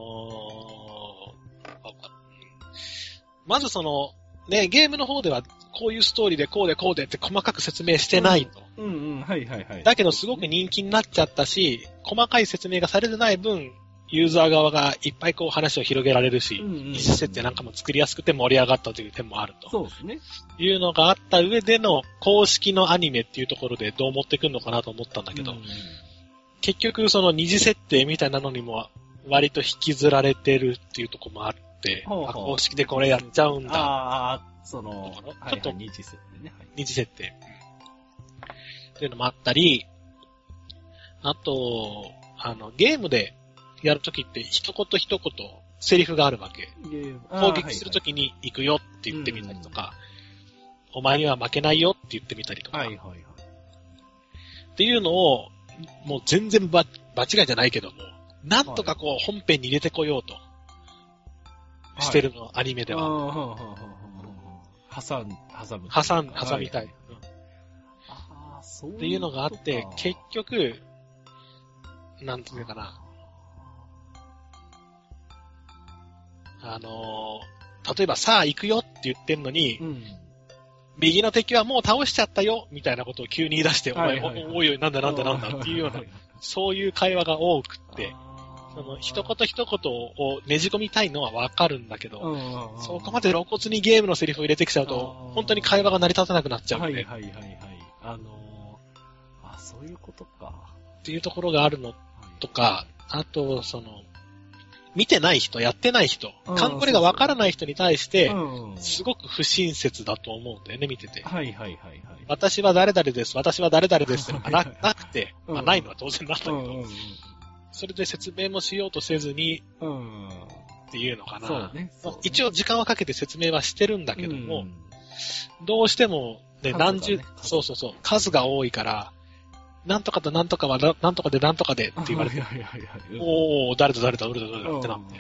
まずその、ね、ゲームの方では、こういうストーリーでこうでこうでって細かく説明してないと。
うんうん、はいはいはい。
だけどすごく人気になっちゃったし、細かい説明がされてない分、ユーザー側がいっぱいこう話を広げられるし、
うんうんうん
一施設なんかも作りやすくて盛り上がったという点もあると
そうですね。
いうのがあった上での公式のアニメっていうところでどう持ってくるのかなと思ったんだけど、
うんうん
結局その二次設定みたいなのにも割と引きずられてるっていうところもあって、
ほうほう
あ公式でこれやっちゃうんだ、
ああ、その、
ところ
はい
ち
は
ょ
い
っと
日時設定ね。はい
二次設定。っていうのもあったり、あと、あの、ゲームでやるときって一言一言セリフがあるわけ。
ゲームあー
攻撃するときに行くよって言ってみたりとか、お前には負けないよって言ってみたりとか、
はいは
っ
いはい。
ていうのを、もう全然ば、場違いじゃないけども、なんとかこう本編に入れてこようとしてるの、アニメで
は
は。
い。挟ん、挟む。
挟ん、挟みたい。
は
うん
あーそう
っていうのがあって
こと、か
結局、なんていうのかな、あのー例えばさあ行くよって言ってんのに、
うん。
右の敵はもう倒しちゃったよみたいなことを急に言い出して、お
はい
前、
はいはい
おおいおい、なんだなんだなんだっていうような、そういう会話が多くって、
あー、
その一言一言をねじ込みたいのはわかるんだけど、
言
そこまで露骨にゲームのセリフを入れてきちゃう
あ
と
ー、
本当に会話が成り立たなくなっちゃう
は
ん
いは
で
い、はいはい。あのー、あ、そういうことか。
っていうところがあるの
はい
とか、あと、その、見てない人、やってない人、
うん
カンコレがわからない人に対して、
うん
すごく不親切だと思うんだよね、見てて。
はいはいはいはい。
私は誰々です、私は誰々です
(laughs)
ってのがななくて、
うん
まあ、ないのは当然なんだけ
う
ど、
んうん
それで説明もしようとせずに
うん。うん。
っていうのかな。
そうね。
ま
そ
あ
うね
一応時間はかけて説明はしてるんだけど
う
も、
ん
どうしても、
数
ね、
がね
何十、
数
そうそうそう、数が多いから、なんとかとなんとかはな、なんとかでなんとかでって言われて、
はいはいはいはい。
おー、誰だ誰だ、誰だ誰
う
だ
ん
ってなって、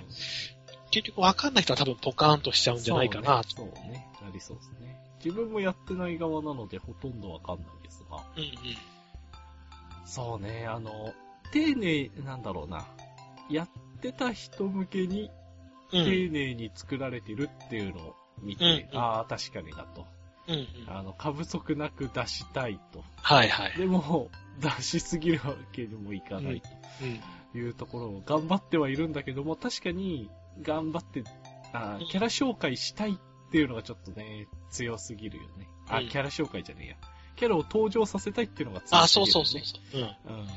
結局わかんない人は多分ポカーンとしちゃうんじゃないかな。
そうね。そうねなりそうですね。自分もやってない側なのでほとんどわかんないですが。
うん
そうね、あの、丁寧、なんだろうな。やってた人向けに
うん。うん。
丁寧に作られてるっていうのを見て、
うんうん
ああ、確かにだと。
うん、うん。
あの、過不足なく出したいと。
はいはい。
でも、出しすぎるわけにもいかない
うん。
というところを頑張ってはいるんだけども、確かに頑張って、あーキャラ紹介したいっていうのがちょっとね、強すぎるよね。あ、
うん
キャラ紹介じゃねえや。キャラを登場させたいっていうのが強すぎる、ね。
あ、そうそうそうそう。うん。
うん。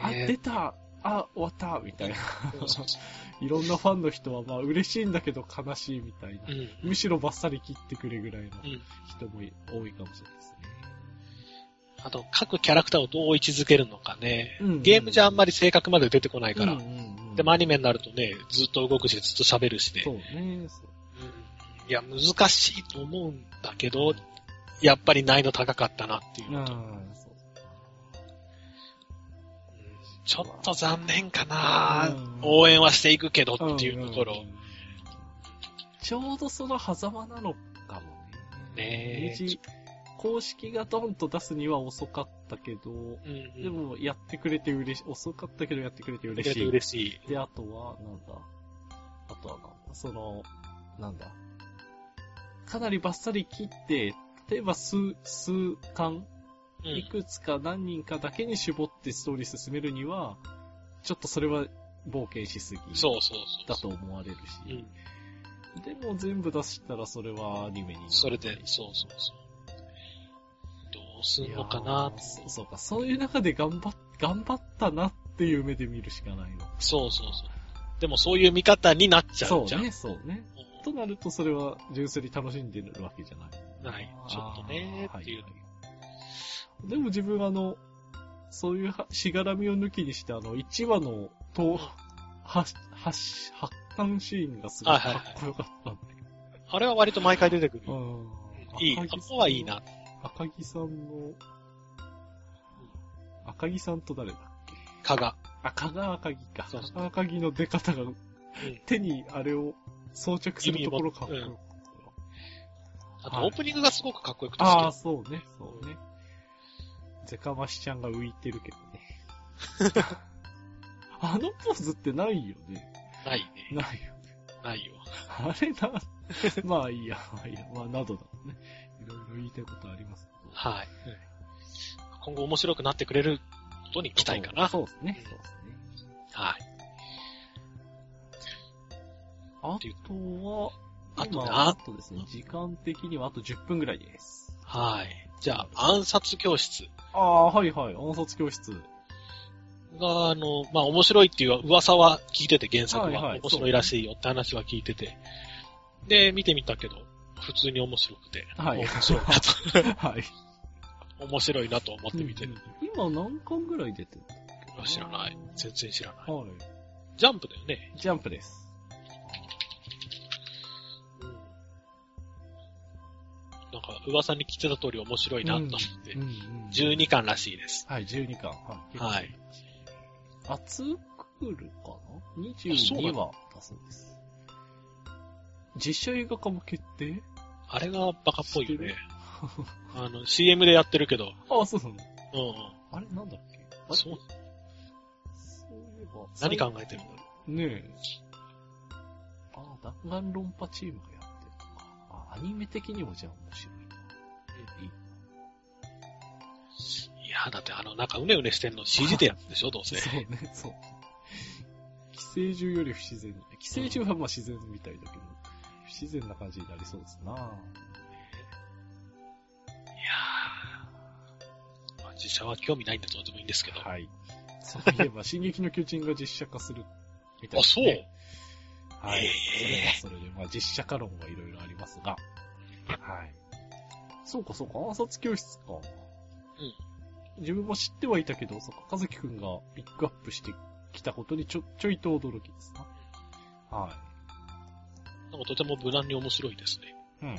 あ、
ね
出たあ、終わったみたいな。 (laughs)
そうそうそ
いろんなファンの人は、まあ、嬉しいんだけど悲しいみたいな。
う。うん。
むしろバッサリ切ってくれぐらいの
うん
人も多いかもしれないですね。
あと、各キャラクターをどう位置づけるのかね。
うん
ゲームじゃあんまり正確まで出てこないから。
うんうんうん
でもアニメになるとね、ずっと動くし、ずっと喋るしね。
そうね。そう
うんいや、難しいと思うんだけど、やっぱり難易度高かったなっていう
う
の
ん
と。うん
そう
ちょっと残念かな、
うん
応援はしていくけどっていうところ。
んんんちょうどその狭間なのかもね。
ねえ
二次公式がドンと出すには遅かったけど、
うんうん
でもやってくれて嬉しい。遅かったけどやってくれて嬉しい。
嬉しい。
で、あとは、なんだ。あとはなんだ。その、なんだ。かなりバッサリ切って、例えば数、数巻、
う
い
ん
くつか何人かだけに絞ってストーリー進めるには、ちょっとそれは冒険しすぎ
そうそう
だと
そ
思われる
う。
し
うん。。
でも全部出したらそれはアニメになる
それで、そうそうそう。どうすんのか
いや
な
ーそうそうか。そういう中で頑張っ、頑張ったなっていう目で見るしかないの。
そうそうそう。でもそういう見方になっちゃ
そう
じゃん。
うね、そうね。となるとそれは純粋に楽しんでるわけじゃない。
ない。ちょっとね
あー
っていう
は。いでも自分あの、そういうはしがらみを抜きにして、あの、1話の、と、は、は、発汗シーンがすごい
はいはい
か
はい
っこよかったんで。
あれは割と毎回出てくる。
うん
いい。
赤
あ
木さん
ここはいいな。
赤木さんの、赤木さんと誰だ
蚊が。
あ、加賀赤木か。
そうそう
加賀赤木の出方が、手にあれを装着するところかっこよかった。
あと
はい
オープニングがすごくかっこよくて
あ
好
あ、
き。
そうね、そうね。ゼカマシちゃんが浮いてるけどね。 (laughs) あのポーズってないよね。
ないね。
ないよね。
ないよ。
あれな、 (laughs) まあいいや、まあいいや、まあなどだね。いろいろ言いたいことありますけど。
はい。今後面白くなってくれることに期待かな。
そうそうですね。そうですね。
はい。
あとは、
あとね
今あ
あ
とですね、時間的にはあと10分ぐらいです。
はい。じゃあ、暗殺教室
ああ、はいはい、暗殺教室。
が、あの、まあ、面白いっていう噂は聞いてて、原作
はいは
はい面白いらしいよって話は聞いてて。で、見てみたけど、普通に面白くて、
はい
面白いなと、
(laughs) はい。
面白いなと思って見てる。
今何巻ぐらい出てる
知らない。全然知らない。
は
ジャンプだよね。
い。ジャンプです。
なんか、噂に聞いてた通り面白いなと思って。
うんうん
12巻らしいです。
はい、12巻。はい。
はい。
熱くるかな
あそうな
?22
の
話だそうです。実写映画化も決定
あれがバカっぽいよね。あの、CM でやってるけど、
ああ、そうそう。
うんうん。
あれなんだっけあれ
そう
そういえば。
何考えてるんだろ。
ねえ。ああ、弾丸論破チームがやってるとか。あ、アニメ的にもじゃあ面白いな。いいう
いや、だってあの、なんかうねうねしてんの CG でやってるでしょ、どうせ。
(laughs) そうね、そう。寄生獣より不自然。寄生獣はまあ自然みたいだけど、不自然な感じになりそうですな。
いやーまあ実写は興味ないんでどうでもいいんですけど。
はい。そういえば、進撃の巨人が実写化するみたい
あ、
です
そう、
ね。はい
え。
それはそれで、まあ実写化論はいろいろありますが。はい。そうかそうか、暗殺教室か。うん。自分も知ってはいたけど、そっか、かずきくんがピックアップしてきたことにちょ、ちょいと驚きですな。は
なんかとても無難に面白いですね。
い。うん。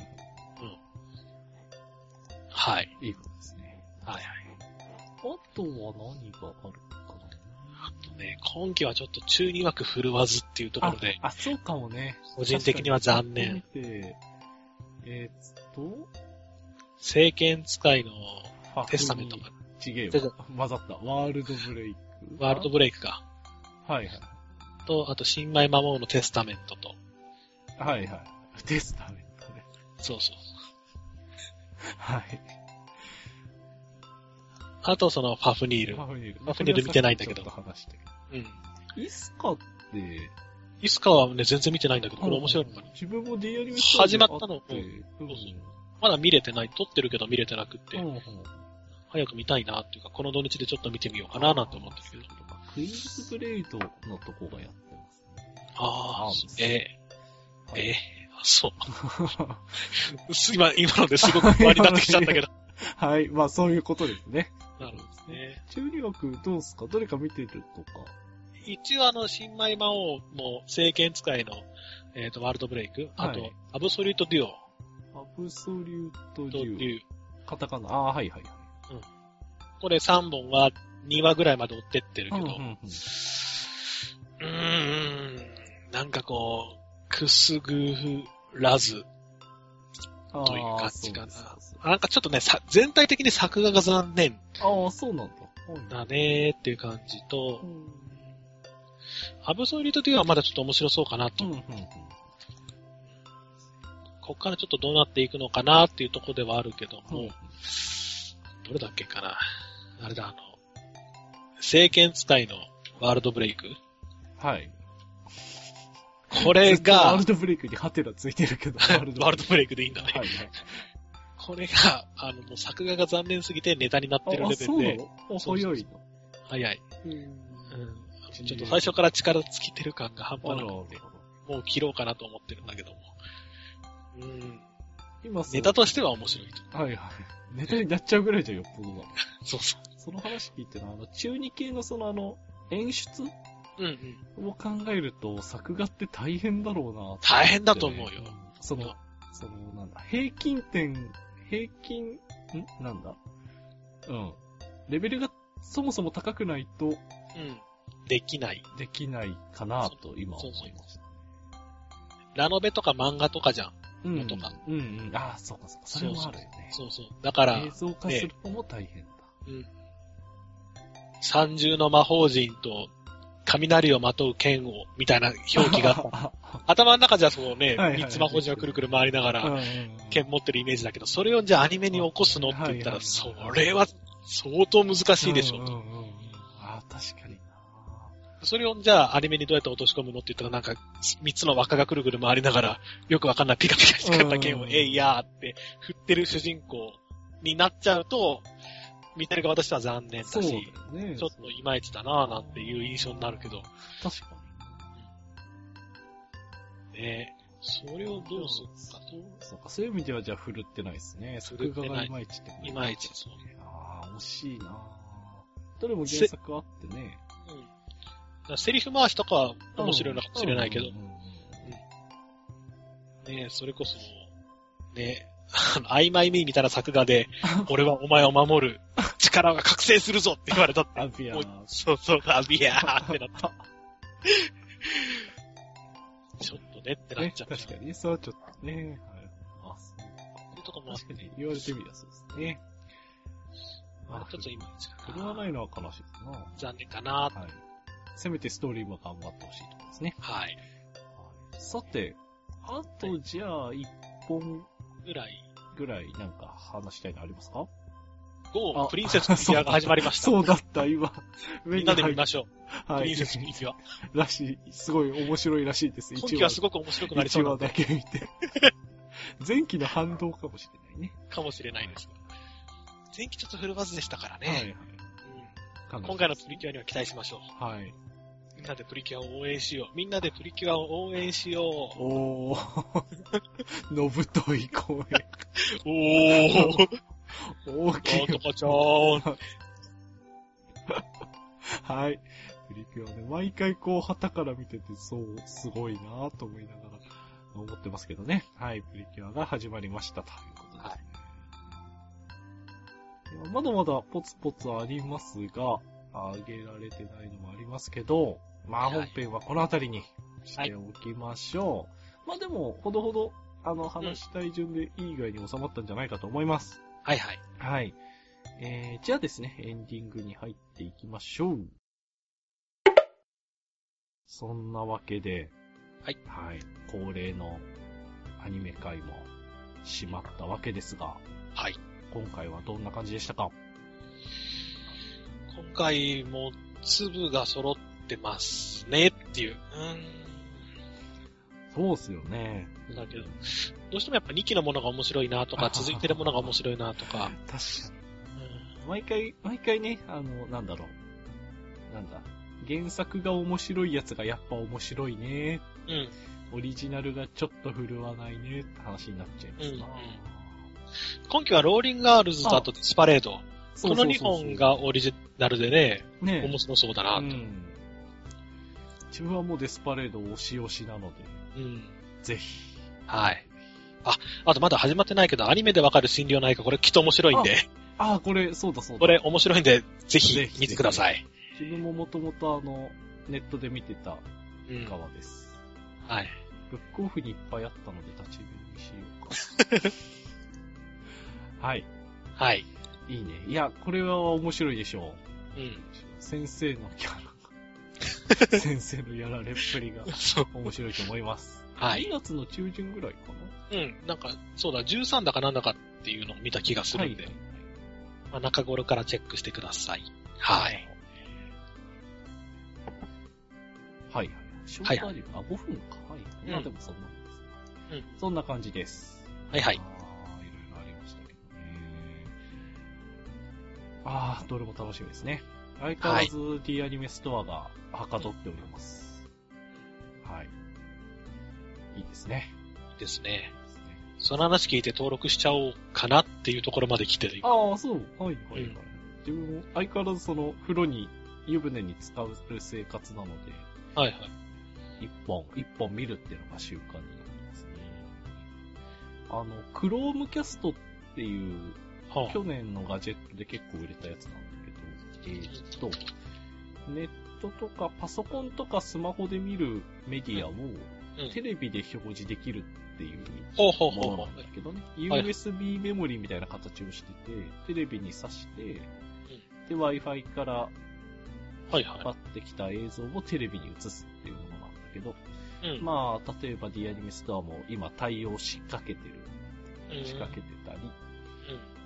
はい。
いいことですね。
はいはい。
あとは何があるか
あとね、今期はちょっと中2枠振るわずっていうとこ
な
ろで、
あ、あそうかもね。
個人的には残念。
確かに。見てえーっと、
聖剣使いの
ファ
テスタメント
が
が、
ちげえ
ちょっ
わ。混ざった。ワールドブレイク。
ワールドブレイクか。
はいはい。
と、あと、新米魔王のテスタメントと。
はいはい。テスタメントね。
そうそう。
はい。
あと、その、ファフニール。
フニル。
ファフニール見てないんだけど
これはさっきちょっと話した
うん。
けど。イスカって、
いつかはね、全然見てないんだけど、これ面白いのかな。
自分も D アニメ
始まったの
って、うん
まだ見れてない。撮ってるけど見れてなくって、
うんうん
早く見たいなっていうか、この土日でちょっと見てみようかななんて思ってるけど。
クイーンズブレイドのとこがやってますね。
ああ
あ、
え
は
え、え
い
え、あそう。す (laughs) 今、今のですごく不安になってきちゃった (laughs) けど。
はい。まあ、そういうことですね。
なるほどですね。
中二枠どうすかどれか見てるとか。
一応、あの、新米魔王も、聖剣使いの、えっ、と、ワールドブレイク。あと、
はい
アブソリュートデュオ
アブソリュート
とデ
竜。
ュ
カタカナ。ああー、はいはいはい。
これ3本は2話ぐらいまで追ってってるけど、
うんうんうん
うーん、なんかこう、くすぐらず、
あー
という感じかな
そうですそう
なんかちょっとね、さ全体的に作画が残念
ですああ、そうなんだ。はい
だねーっていう感じと
う、ん
アブソリュートデュオはまだちょっと面白そうかなと、
うんうんうん
こっからちょっとどうなっていくのかなっていうとこではあるけども、
うん
どれだっけかな。あれだ、あの、聖剣使いのワールドブレイク。
はい。
これ
ワ (laughs)
が
ール、ドブレイクにハテナついてるけど、ワールド
(laughs) ワールドブレイクでいいんだね。
はいはい。
これが、あの、もう作画が残念すぎてネタになってる
あ、あ
レベ
そう
ル
な
で、
のあ
そうそうそ
早
う
いの。
早い。
うん
うん。ちょっと最初から力尽きてる感が半
あら
端なくて、もう切ろうかなと思ってるんだけども。うん。
今そう
ネタとしては面白いと。
はいはい。ネタになっちゃうぐらいじゃよっぽどだ。
そうそ
(laughs) その話聞いてな、あの、中二系のそのあの、演出
う。うんうん。
を考えると、作画って大変だろうな、
大変だと思うよ。
その、その、なんだ、平均点、平均、んなんだうん。レベルがそもそも高くないと
うん。できない。
できないかなと今思いました。
ラノベとか漫画とかじゃん。
う。
うそうんとか
うんうん。ああ、そうかそうか。それもあるよね。
そうそう。だから、
映像化するのも大変だ。
うん。三重の魔法人と、雷をまとう剣を、みたいな表記があった。
(laughs) あああ
頭の中じゃそのね、
はいはい
スマホじゃくるくる回りなが
うん
ら、
うん
剣持ってるイメージだけど、それをじゃあアニメに起こすのって言った
はいはい
ら、それは相当難しいでしょう
うんう
と。
んうんうんああ、確かにな。
それをじゃあアニメにどうやって落とし込むのって言ったら、なんか、三つの輪っかがくるくる回りながら、 (laughs) よくわかんないピカピカ光った剣
うん
を、
うん
えいやーって振ってる主人公になっちゃうと、見てる側としては残念だ
そうだよ
し、
ね。
ちょっといまいちだなーなんていう印象になるけど、
確かに。
ねそれをどうするか
そうか、そういう意味ではじゃあ振るってないですね。
振るって
作画
ない、
がいまいちってこと
いまいちそう。
ああ、惜しいなどれも原作あってね。
うん。だからセリフ回しとかは面白いのかもしれないけど
うん、うんうんうん
ねそれこそ、ねあの、曖昧に見たら作
(laughs)
画で、俺はお前を守る力が覚醒するぞって言われたって。
アビア
もう
ー。
そうそう、アビアーって
(laughs)
なった。ちょっとねってなっ
ね、
ちゃう。
確かにね、そうはちょっとね。はい、あ、そう
そういうとこもあっ
確
て
かに言われてみりゃそうですね。
ちょっと今、
振るわないのは悲しいですな。
残念かな。
はい。せめてストーリーも頑張ってほしいところですね。
はい。
はいさて、あとじゃあ、一本
ぐらい。
ぐらいなんか話したいのありますか
ゴ
あ
ー、プリンセスの指輪が始まりました。
そうだった、今。
みんなで見ま
し
しょ
た。
う。
は
プ
い
リンセスの
(laughs)
指輪。
らしい、すごい面白いらしいです。
今期はすごく面白くなりそ
一
うな
話
んで
だけ見て。前期の反動かもしれないね。
かもしれないです。前期ちょっとフルバズでしたから
はい
ね。
はい。
今回のプリキュアには期待しましょ
はい。
う。みんなでプリキュアを応援しよう。みんなでプリキュアを応援しよう。
おー。 (laughs) のぶとい声。
おー
大きい
なんとかちゃーん。
はい。プリキュアね、毎回こう、旗から見てて、そう、すごいなぁと思いながら、思ってますけどね。はい、プリキュアが始まりましたということです、ねいやまだまだポツポツありますが、あげられてないのもありますけど、まあ
はい
本編はこの辺りにしておきましょう。まあでも、ほどほど、あの、話したい順でいい以外に収まったんじゃないかと思います。
はいはい。
はい。えー、じゃあですね、エンディングに入っていきましょう。そんなわけで、
はい。
はい。恒例のアニメ会も閉まったわけですが、
はい。
今回はどんな感じでしたか
今回も粒が揃ってますねっていう。
そうっすよね。
うーん。だけど、どうしてもやっぱ2期のものが面白いな
(laughs)
とか、続いてるものが面白いなとか。
確かに。毎回、毎回ね、あの、なんだろう。なんだ。原作が面白いやつがやっぱ面白いね。
うん。うん。
オリジナルがちょっと振るわないねって話になっちゃいますな。
うんうん今期はローリンガールズとあとディスパレード。
そ
こ
うそ
の
うそう
2
そう
本がオリジナルでね、
ね
面白そうだな
う
と。
ん。自分はもうデスパレード推し推しなので、
うん。
ぜひ。
はい。あ、あとまだ始まってないけど、アニメでわかる心療内科、これきっと面白いんで、
ああ、これ、そうだそうだ。
これ面白いんで、ぜ
ぜ
ひ
ひ
見てください。
自分ももともとあの、ネットで見てた
うん。
側です。
はい。
ブックオフにいっぱいあったので立ち読みしようか。はい。 (laughs)
はい。
いいね。いや、これは面白いでしょう。
うん。
先生のキャラ
(laughs)
が、先生のやられっぷりが
そう。
面白いと思います。
はい。
2月の中旬ぐらいかな
うん。なんか、そうだ、13だかなんだかっていうのを見た気がするんで、
はい
まあ、中頃からチェックしてください。はい。。
はい。ショートアニメ、あ、5分か。はい。まあ
うん
でもそんなもんですね。
う
そんな感じです。
はいはい
あ。あ、いろいろありましたけどね。ああ、どれも楽しみですね。相変わらず D アニメストアがはかどっております。はい。いいですね。
ですね。その話聞いて登録しちゃおうかなっていうところまで来てる。
ああ、そう。はい、はい、は
う
い
ん。
自分も相変わらずその風呂に湯船に使う生活なので、
はいはい。
一本、一本見るっていうのが習慣になりますね。あの、クロームキャストっていう、
は
去年のガジェットで結構売れたやつなんだけど、えーっと、ネットとかパソコンとかスマホで見るメディアを
うん
テレビで表示できるっていう
あ、ほうほう
も
ほう
の
ほ
なんだ
う。
けどね、
はい
USB メモリーみたいな形をしてて、テレビに挿して、で、Wi-Fi から
はいはい。
引っ張ってきた映像をテレビに映すっていうものなんだけど、
うん。
まあ、例えば D アニメストアも今対応しかけてる、
うん、
仕掛けてたり、
うん。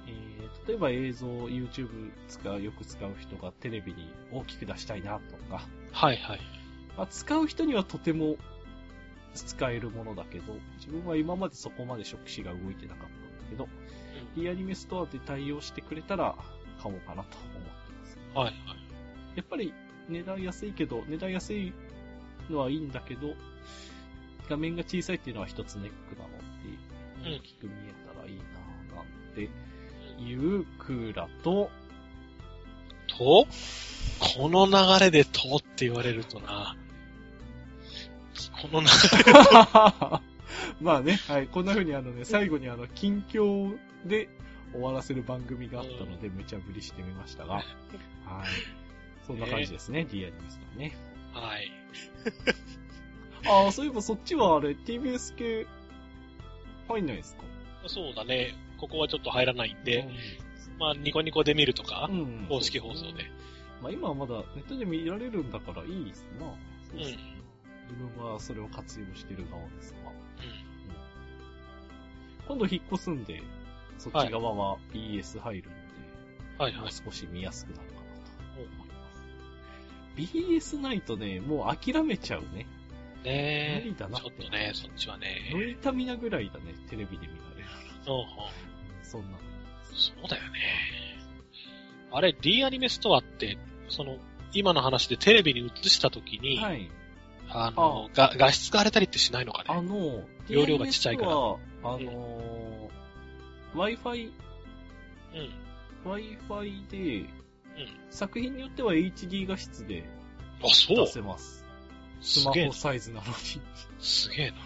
えー例えば映像、YouTube 使う、よく使う人がテレビに大きく出したいなとか、
はいはい。
まあ、使う人にはとても使えるものだけど、自分は今までそこまで触手が動いてなかったんだけど、
う
D アニメストアで対応してくれたら買おうかなと思ってます。
ん、はいはい。
やっぱり値段安いけど、値段安いのはいいんだけど、画面が小さいっていうのは一つネックなの
う
で、
ん
大きく見えたらいいなぁなんていうクーラと、 (laughs)
と、この流れでとって言われるとな。この流
まあね、はい、こんな風にあのね、最後にあの、近況で終わらせる番組があったので、無茶ぶりしてみました
(laughs)
が、はい。そんな感じですね、D アニメスタね。
れ。はい。
ああ、そういえばそっちはあれ、TBS 系、入んないですか
そうだね。ここはちょっと入らないんで、、まあ、ニコニコで見るとか
う、ん
公式放送で。。。
まあ今はまだネットで見られるんだからいいですな。そううん
う
です
ん
ね。自分はそれを活用してる側ですが。今度引っ越すんで、そっち側は BS 入るの
はい
で、も
は
う
い。
少し見やすくなるかなと思います。BS ないとね、もう諦めちゃうね。
ね
無理だなっ
ち
て
ょっとね、そっちは
の
ね。
りたみなぐらいだね、テレビで見られる。
うんうん
そんな。
そうだよね。あれ、D アニメストアって、その、今の話でテレビに映した時に、
はい。
あのが画質が荒れたりってしないのか
あ
ね。
の、
容量がちっちゃいから
TNS はあのー、Wi-Fi
うん。
Wi-Fi で、
うん
作品によっては HD 画質で
あ、そ
出
う
せます。ス
す
マ
げえ
ホ
な。
サイズなのに。 (laughs)
すげえな。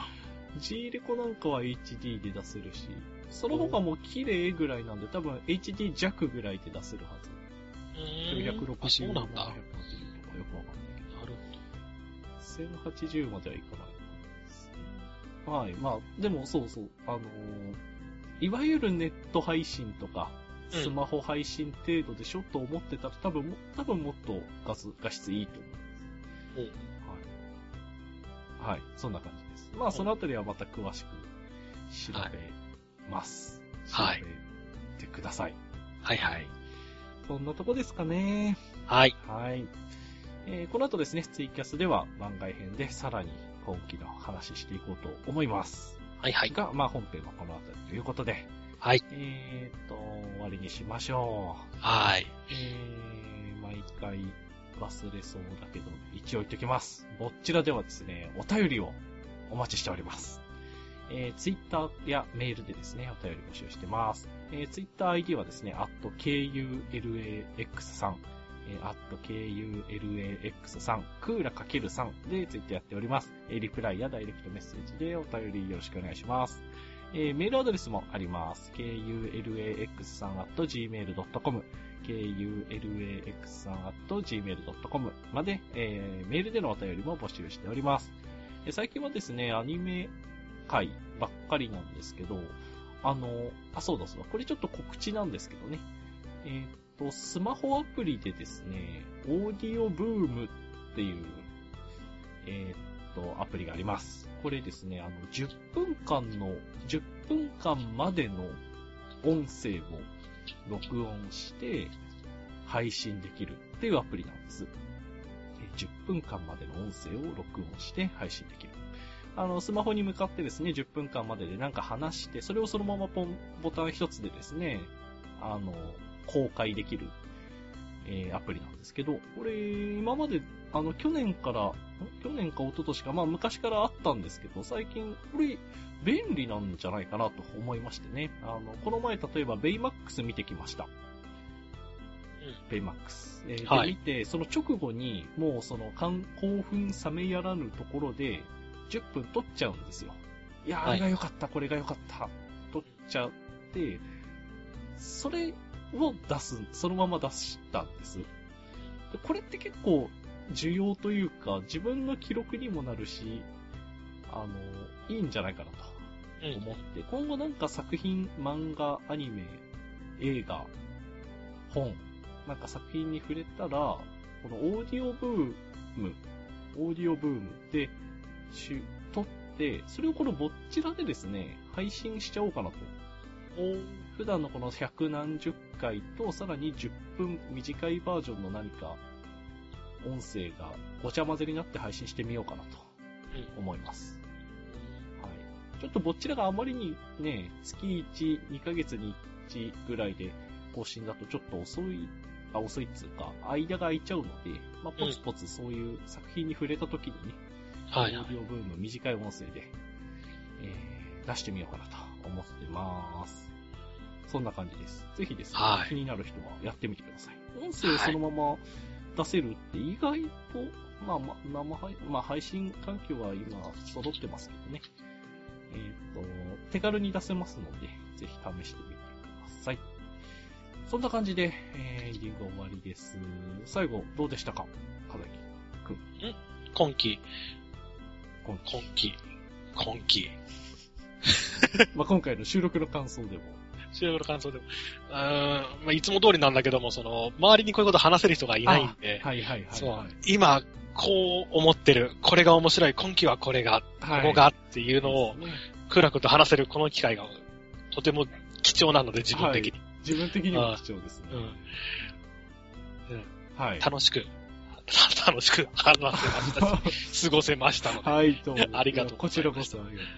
G レコなんかは HD で出せるし、その他も綺麗ぐらいなんで、多分 HD 弱ぐらいで出せるはず。
うんあ、そ
960
う
とか
な
780とかよ
んだ。なる
くわかんないけ
ほど。
ど、1080まではいかないですね。はい、まあ、でもそうそう、あのーいわゆるネット配信とか、
うん
スマホ配信程度でしょと思ってたら、多分も、多分もっと画質画質いいと思う。
うん
はい。はい、そんな感じです。まあ、そのあたりはまた詳しく調べます。
はい
調べてください。
はいはい。
そんなとこですかね。
はい。
はい。えーこの後ですね、ツイキャスでは番外編でさらに今期の話していこうと思います。
はいはい。
が、まあ本編はこの後ということで、
はい。
えーっと、終わりにしましょう。
はい。
えー、毎回忘れそうだけど、一応言っときます。ぼっちらではですね、お便りをお待ちしております。えー、ツイッターやメールでですね、お便り募集してます。えー、ツイッター ID はですね、アット KULAX さん、えー、アット KULAX さん、クーラかけるさんでツイッターやっております。えー、リプライやダイレクトメッセージでお便りよろしくお願いします。えー、メールアドレスもあります。KULAX さん at gmail.com kulax3.gmail.com まで、えーメールでのお便りも募集しております。えー最近はですね、アニメ界ばっかりなんですけど、あの、あ、そうだそうだ、これちょっと告知なんですけどね。えーっと、スマホアプリでですね、オーディオブームっていう、えーっと、アプリがあります。これですね、あの、10分間の、10分間までの音声を録音して配信できるっていうアプリなんです。えー10分間までの音声を録音して配信できる。あの、スマホに向かってですね、10分間まででなんか話して、それをそのままポン、ボタン一つでですね、あの、公開できる、えーアプリなんですけど、これ、今まで、あの、去年から、ん去年か一昨年か、まあ昔からあったんですけど、最近、これ、便利なんじゃないかなと思いましてね。あの、この前、例えば、ベイマックス見てきました。ベイマックス。えーで
はい
見て、その直後に、もうその、感興奮冷めやらぬところで、10分撮っちゃうんですよ。いやー、あ
はい
れが良かった、これが良かった、撮っちゃって、それを出す、そのまま出したんです。でこれって結構、需要というか、自分の記録にもなるし、あの、いいんじゃないかなと。
うん。うん
思って、今後なんか作品、漫画、アニメ、映画、本、なんか作品に触れたら、このオーディオブーム、オーディオブームでし、撮って、それをこのぼっちらでですね、配信しちゃおうかなと。普段のこの百何十回と、さらに10分短いバージョンの何か、音声がごちゃ混ぜになって配信してみようかなと思います。はい。ちょっとぼっちらがあまりにね、月1、2ヶ月に1ぐらいで更新だとちょっと遅い、あ、遅いっつうか、間が空いちゃうので、まあ、ポツポツそういう作品に触れた時にね、
はい
オ
は
ーディオブーム短い音声で、えー出してみようかなと思ってます。そんな感じです。ぜひですね、
はい
気になる人はやってみてください。音声をそのまま出せるって意外と、まあ、ま生配、まあ、配信環境は今揃ってますけどね。えっ、と、手軽に出せますので、ぜひ試してみてください。そんな感じで、えーエンディング終わりです。最後、どうでしたかか崎
い。今期、
今
今期、今期。 (laughs)
まあ、今回の収録の感想でも。
収録の感想でも。うーん、まあ、いつも通りなんだけども、その、周りにこういうこと話せる人がいないんで、
はいはいはい、はい。
そう、今、こう思ってる、これが面白い、今期はこれが、
はい。
ここがっていうのを、
そうですね
クーラ君と話せるこの機会が、とても貴重なので、自分的に。
自分的にも貴重ですね。
うん
はい。
楽しく、 (laughs) 楽しく話せましたし、過ごせました
(laughs)
ので。
はい、どうも。
ありがとう
こ
ご
ち
ざ
ら
い
こ
まし
そありがとうございます。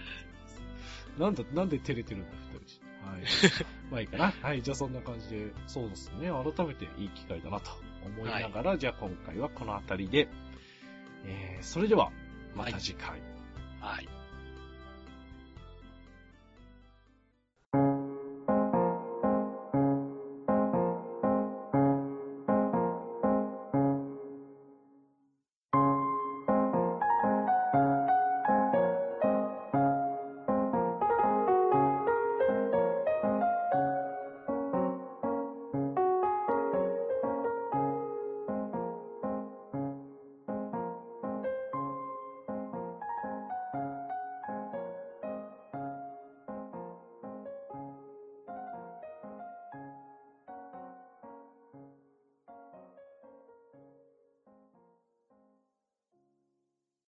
なんだ、なんで照れてるんだ、二人
(laughs)
して。はい。まあいいかな。はい、じゃあそんな感じで、そうですね。改めていい機会だなと思いながら、じゃあ今回はこの辺りで、えー、それでは、また次回。
はい。